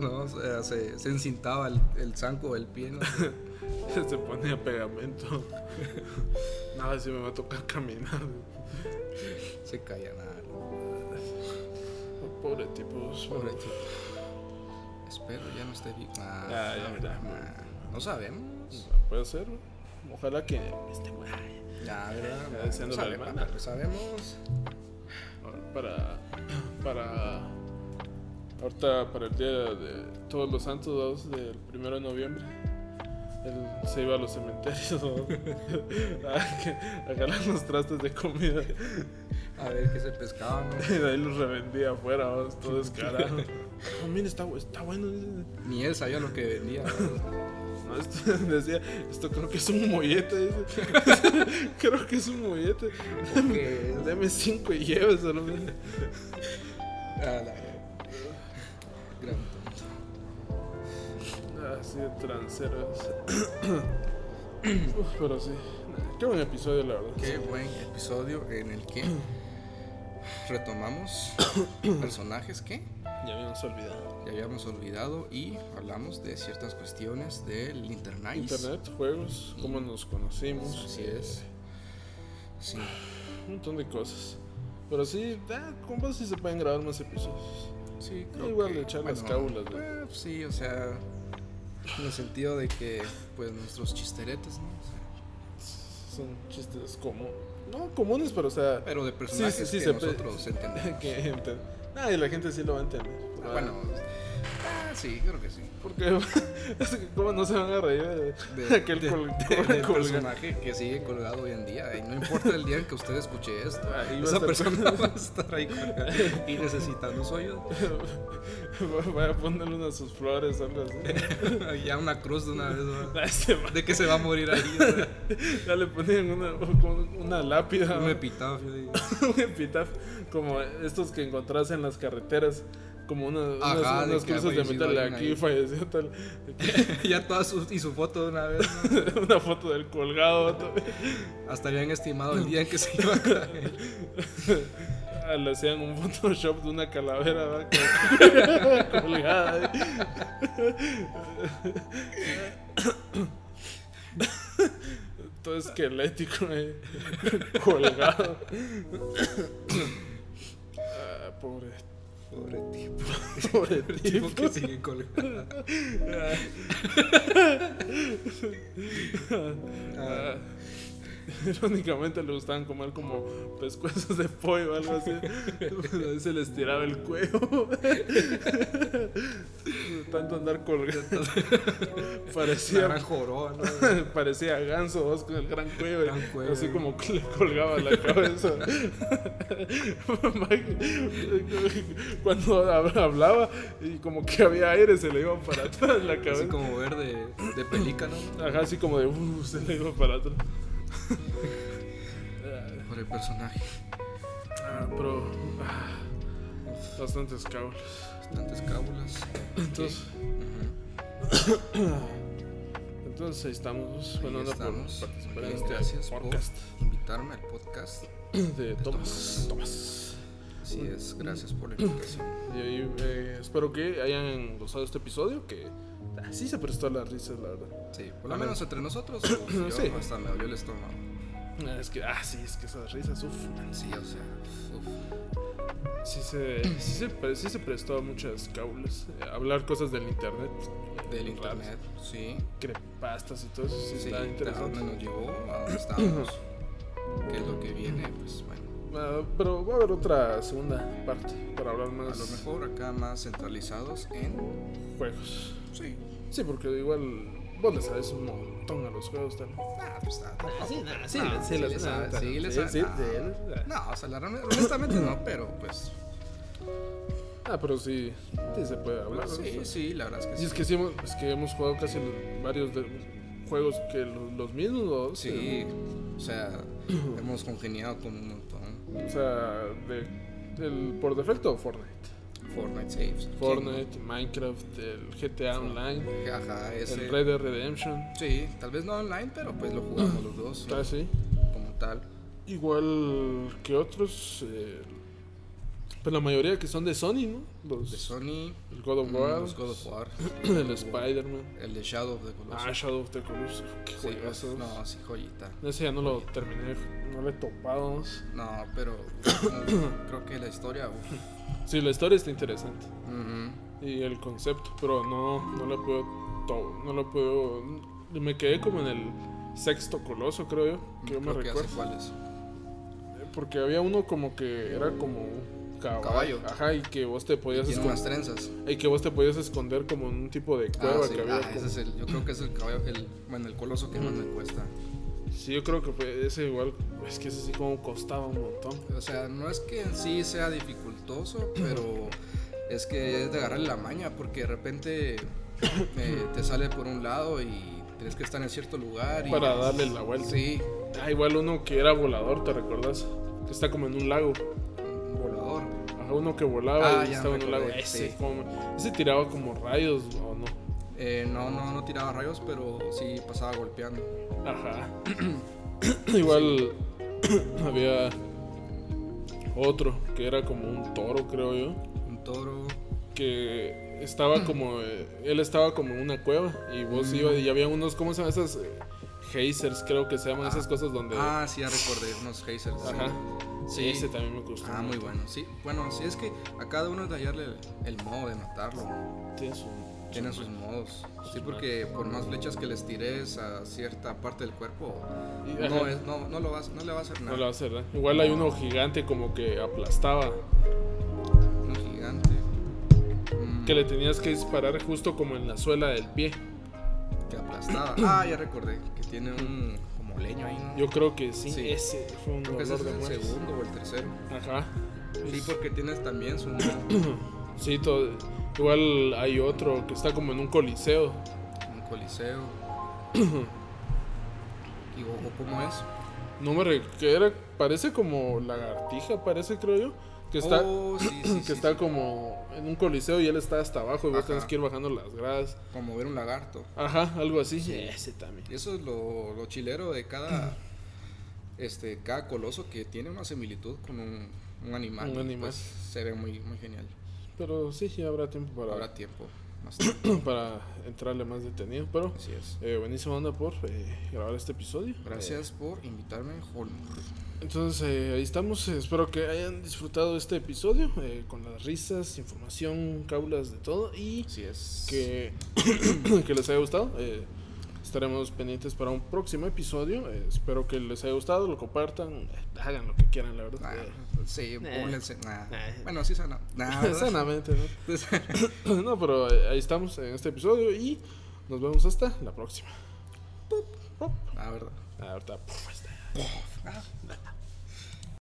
No, o sea, se, se encintaba el, el zanco del pie. ¿no? [LAUGHS] Se ponía pegamento. [LAUGHS] Nada, si me va a tocar caminar. Se caía nada. Pobre tipo. Pobre tipo. Espero ya no esté bien. Ah, Ah, ya, mira. ah, No sabemos. Puede ser. Ojalá que esté bueno. Ya, ¿verdad? Ya deseando la Sabe- hermana. Sabemos. Para. [CLEARS THROAT] Para. Ahorita, para el día de Todos los Santos, dos, del primero de noviembre. Él se iba a los cementerios ¿no? [LAUGHS] a, que- a jalar los trastes de comida A ver qué se pescaba, [LAUGHS] ¿no? y de ahí los revendía afuera, ¿no? todo descarado. No, Ah, mira, está, bu- está bueno. dice. Ni él sabía lo que vendía. ¿verdad? No, esto- [LAUGHS] decía, esto creo que es un mollete. dice. [LAUGHS] creo que es un mollete. Porque Dame cinco y lléveselo. dice. a la gran tonto. Así Ah, de tranceras. Uf, pero sí. Qué buen episodio, la verdad. Qué buen episodio en el que retomamos personajes que Ya habíamos olvidado. ya habíamos olvidado y hablamos de ciertas cuestiones del internet. Internet, juegos, cómo nos conocimos. Así es. Sí. Un montón de cosas. Pero sí, ah, compas, sí se pueden grabar más episodios. Sí, creo Igual que, echar las cábulas, ¿no? eh, sí, o sea, en el sentido de que, pues, nuestros chisteretes, ¿no? O sea, Son chistes como. No comunes, pero o sea. pero de personajes sí, sí que se puede- nosotros entendemos. [LAUGHS] que enten- Ah, y la gente sí lo va a entender. Ah, bueno, ah, sí, creo que sí. Porque. [LAUGHS] es que ¿Cómo no se van a reír de, De- [LAUGHS] aquel de- col- de- del colgado? personaje que sigue colgado hoy en día. Y no importa el día en que usted escuche esto, [LAUGHS] Ahí va a Ah, esa estar- persona va a estar ahí colgada y necesitando [LAUGHS] hoyos. Voy a ponerle una de sus flores, algo [LAUGHS] así. ya una cruz de una vez, ¿verdad? A este ma- de que se va a morir ahí. ¿verdad? Ya le ponían una, como una lápida, Un epitafio. ahí. [LAUGHS] un epitafio, como estos que encontrás en las carreteras, como una, unas- Ajá, unas, de que cruces de falleció metal alguien aquí, ahí. falleció tal. ya todas sus- y su foto de una vez. ¿no? [LAUGHS] una foto del colgado, tal. Hasta habían estimado el día en que se iba a caer. [LAUGHS] Ah, le hacían un [LAUGHS] Photoshop de una calavera ¿verdad? Como- [LAUGHS] colgada. ¿eh? ahí. todo esquelético eh, colgado. [COUGHS] Ah, pobre, Pobre tipo. pobre [LAUGHS] tipo tipo. que sigue colgado. Ah, [LAUGHS] Irónicamente le gustaban comer como pescuezos de pollo o algo así. Ahí se les tiraba el cuello. De Tanto andar colgando. La Parecía gran jorón, ¿no? [LAUGHS] Parecía ganso vos con el gran cuello. Gran cuello. Así como que le colgaba la cabeza. [LAUGHS] Cuando hab- hablaba y como que había aire, se le iba para atrás la cabeza. Así como verde de pelícano. Ajá, así como de uh, se le iba para atrás. Por el personaje. Ah, pero. ah, bastantes cables. Bastantes cábulas. Entonces, Ujú. entonces ahí estamos. Bueno, Ahí anda por estamos. participar en Bien, este gracias podcast por invitarme al podcast. de Tomás. Tomás. Así es, gracias por la invitación. Y, ahí, eh, espero que hayan gozado este episodio, que ah, sí se prestó a las risas, la verdad. Sí, por lo menos entre nosotros. Yo Sí. hasta me dolió el estómago. Ah, Es que, ah, sí, es que esas risas, uff. Sí, o sea, uf, Sí se, sí, se, pre- sí se prestó a muchas caulas. eh, hablar cosas del internet. eh, del raras, internet. Sí, Crepastas y todo eso, sí, sí, está a interesante. dónde nos llevó, a dónde estábamos, qué es lo que viene, pues bueno. Ah, pero va a haber otra segunda parte para hablar A más lo mejor acá más centralizados en. juegos. Sí. Sí, porque igual vos le sabes un montón a los juegos también. Ah, pues nada, tampoco. Ah, sí, sí le sabe, sí le sabe, Ah. sí, nah. sí, le sabe. No, o sea, la realme- honestamente no, pero pues. Ah, pero sí, sí se puede hablar. ¿no? Sí, O sea, sí, la verdad es que Y sí. es que sí hemos, es que hemos jugado casi los- varios de- juegos que lo- los, mismos. ¿no? Sí, o sea, hemos congeniado con un montón. O sea, de, del- por defecto Fortnite. Fortnite saves. Fortnite, Minecraft, el GTA Online, Ajá, el ese. Red Dead Redemption. Sí, tal vez no online, pero pues lo jugamos los dos. Está así. Como tal. Igual que otros. eh, pues la mayoría que son de Sony, ¿no? Los, De Sony. el God of mm, War, Los God of War. [CLEARS THROAT] el Spider-Man, El de Shadow of the Colossus. ah, Shadow of the Colossus. Qué Sí, juegazos. no, sí, joyita. Ese ya no lo terminé, no lo he topado. ¿no? No, pero creo que la historia. uf. Sí, la historia está interesante. Ujú. y el concepto, pero no, no lo puedo, to- no lo puedo, me quedé como en el sexto coloso, creo yo, que yo me Creo que ya sé recuerdo, cuál es. porque había uno como que era como un caballo, Caballo. ajá, y que vos te podías Tiene unas esconder, trenzas. y que vos te podías esconder como en un tipo de Ah, cueva sí, que había, ah, ese como- Mm. es el, yo creo que es el caballo, el, bueno, el coloso que más me cuesta. sí, yo creo que fue ese igual, es que ese sí como costaba un montón, O sea, no es que en sí [CLEARS THROAT] sea dificultoso, pero es que es de agarrarle la maña, porque de [CLEARS THROAT] repente eh, te sale por un lado y tienes que estar en cierto lugar. Y para darle la vuelta, Sí, ah, igual uno que era volador, ¿te recordás? Que está como en un lago. un volador. Ajá, uno que volaba Ah, y ya estaba en un lago. recordé, Ese, sí. como- ese tiraba como rayos, ¿o no? Eh, no, no, no tiraba rayos, pero sí pasaba golpeando. Ajá. [CLEARS THROAT] Igual [CLEARS THROAT] había otro que era como un toro, creo yo, Un toro. que Mm. estaba como eh, él estaba como en una cueva y vos ibas Mm. y había unos cómo se llaman esas eh, geysers, creo que se llaman esas cosas donde Ah, sí, ya recordé, unos geysers. sí. ajá. Sí, Sí. ese también me gustó. Ah, muy bueno, sí. Bueno, sí, es que a cada uno es de hallarle el, el modo de matarlo. Tiene su- Tienen sus modos. Sí, porque por más flechas que les tires a cierta parte del cuerpo, Y- no, ajá. es, no, no, lo vas, no le va a hacer No lo va a nada. hacer, ¿verdad? Igual hay uno gigante como que aplastaba, Un gigante. Mm, que le tenías que disparar justo como en la suela del pie. que aplastaba. Ah, ya recordé. Que tiene un como leño ahí, ¿no? Yo creo que sí, Sí. ese fue un Creo que ese dolor es de el muelas. segundo o el tercero. Ajá. Sí, porque tienes también [COUGHS] su modo. Sí, todo- igual hay otro que está como en un coliseo. Un [COUGHS] coliseo. y, o, o cómo es? No me re- que era, parece como lagartija, parece creo yo, que está [CLEARS THROAT] [COUGHS] Oh, sí, sí, que sí, está sí. como en un coliseo y él está hasta abajo y vos Ajá. tenés que ir bajando las gradas. Como ver un lagarto. Ajá, algo así. Ese también. Y eso es lo, lo chilero de cada este cada coloso que tiene una similitud con un, un animal. Un y, animal. pues, se ve muy, muy genial. Pero sí, sí habrá tiempo para Habrá tiempo. bastante. [CLEARS THROAT] para entrarle más detenido. Pero Así es. eh, buenísima onda por eh, grabar este episodio. Gracias por invitarme, Holmor. Entonces eh, ahí estamos. Eh, Espero que hayan disfrutado este episodio eh, con las risas, información, cábulas de todo y Así es. que, [CLEARS THROAT] que les haya gustado. eh, estaremos pendientes para un próximo episodio. eh, espero que les haya gustado, lo compartan, eh, hagan lo que quieran, la verdad. Nah, eh, Ah, sí, Nah. pónganse. nah. Nah. Bueno, sí, sana. Nah, ¿verdad? eh, [LAUGHS] sanamente, ¿no? No, [CLEARS THROAT] pero eh, ahí estamos en este episodio y nos vemos hasta la próxima. [LAUGHS] La verdad. Ahorita, pum, ahí está. Ah.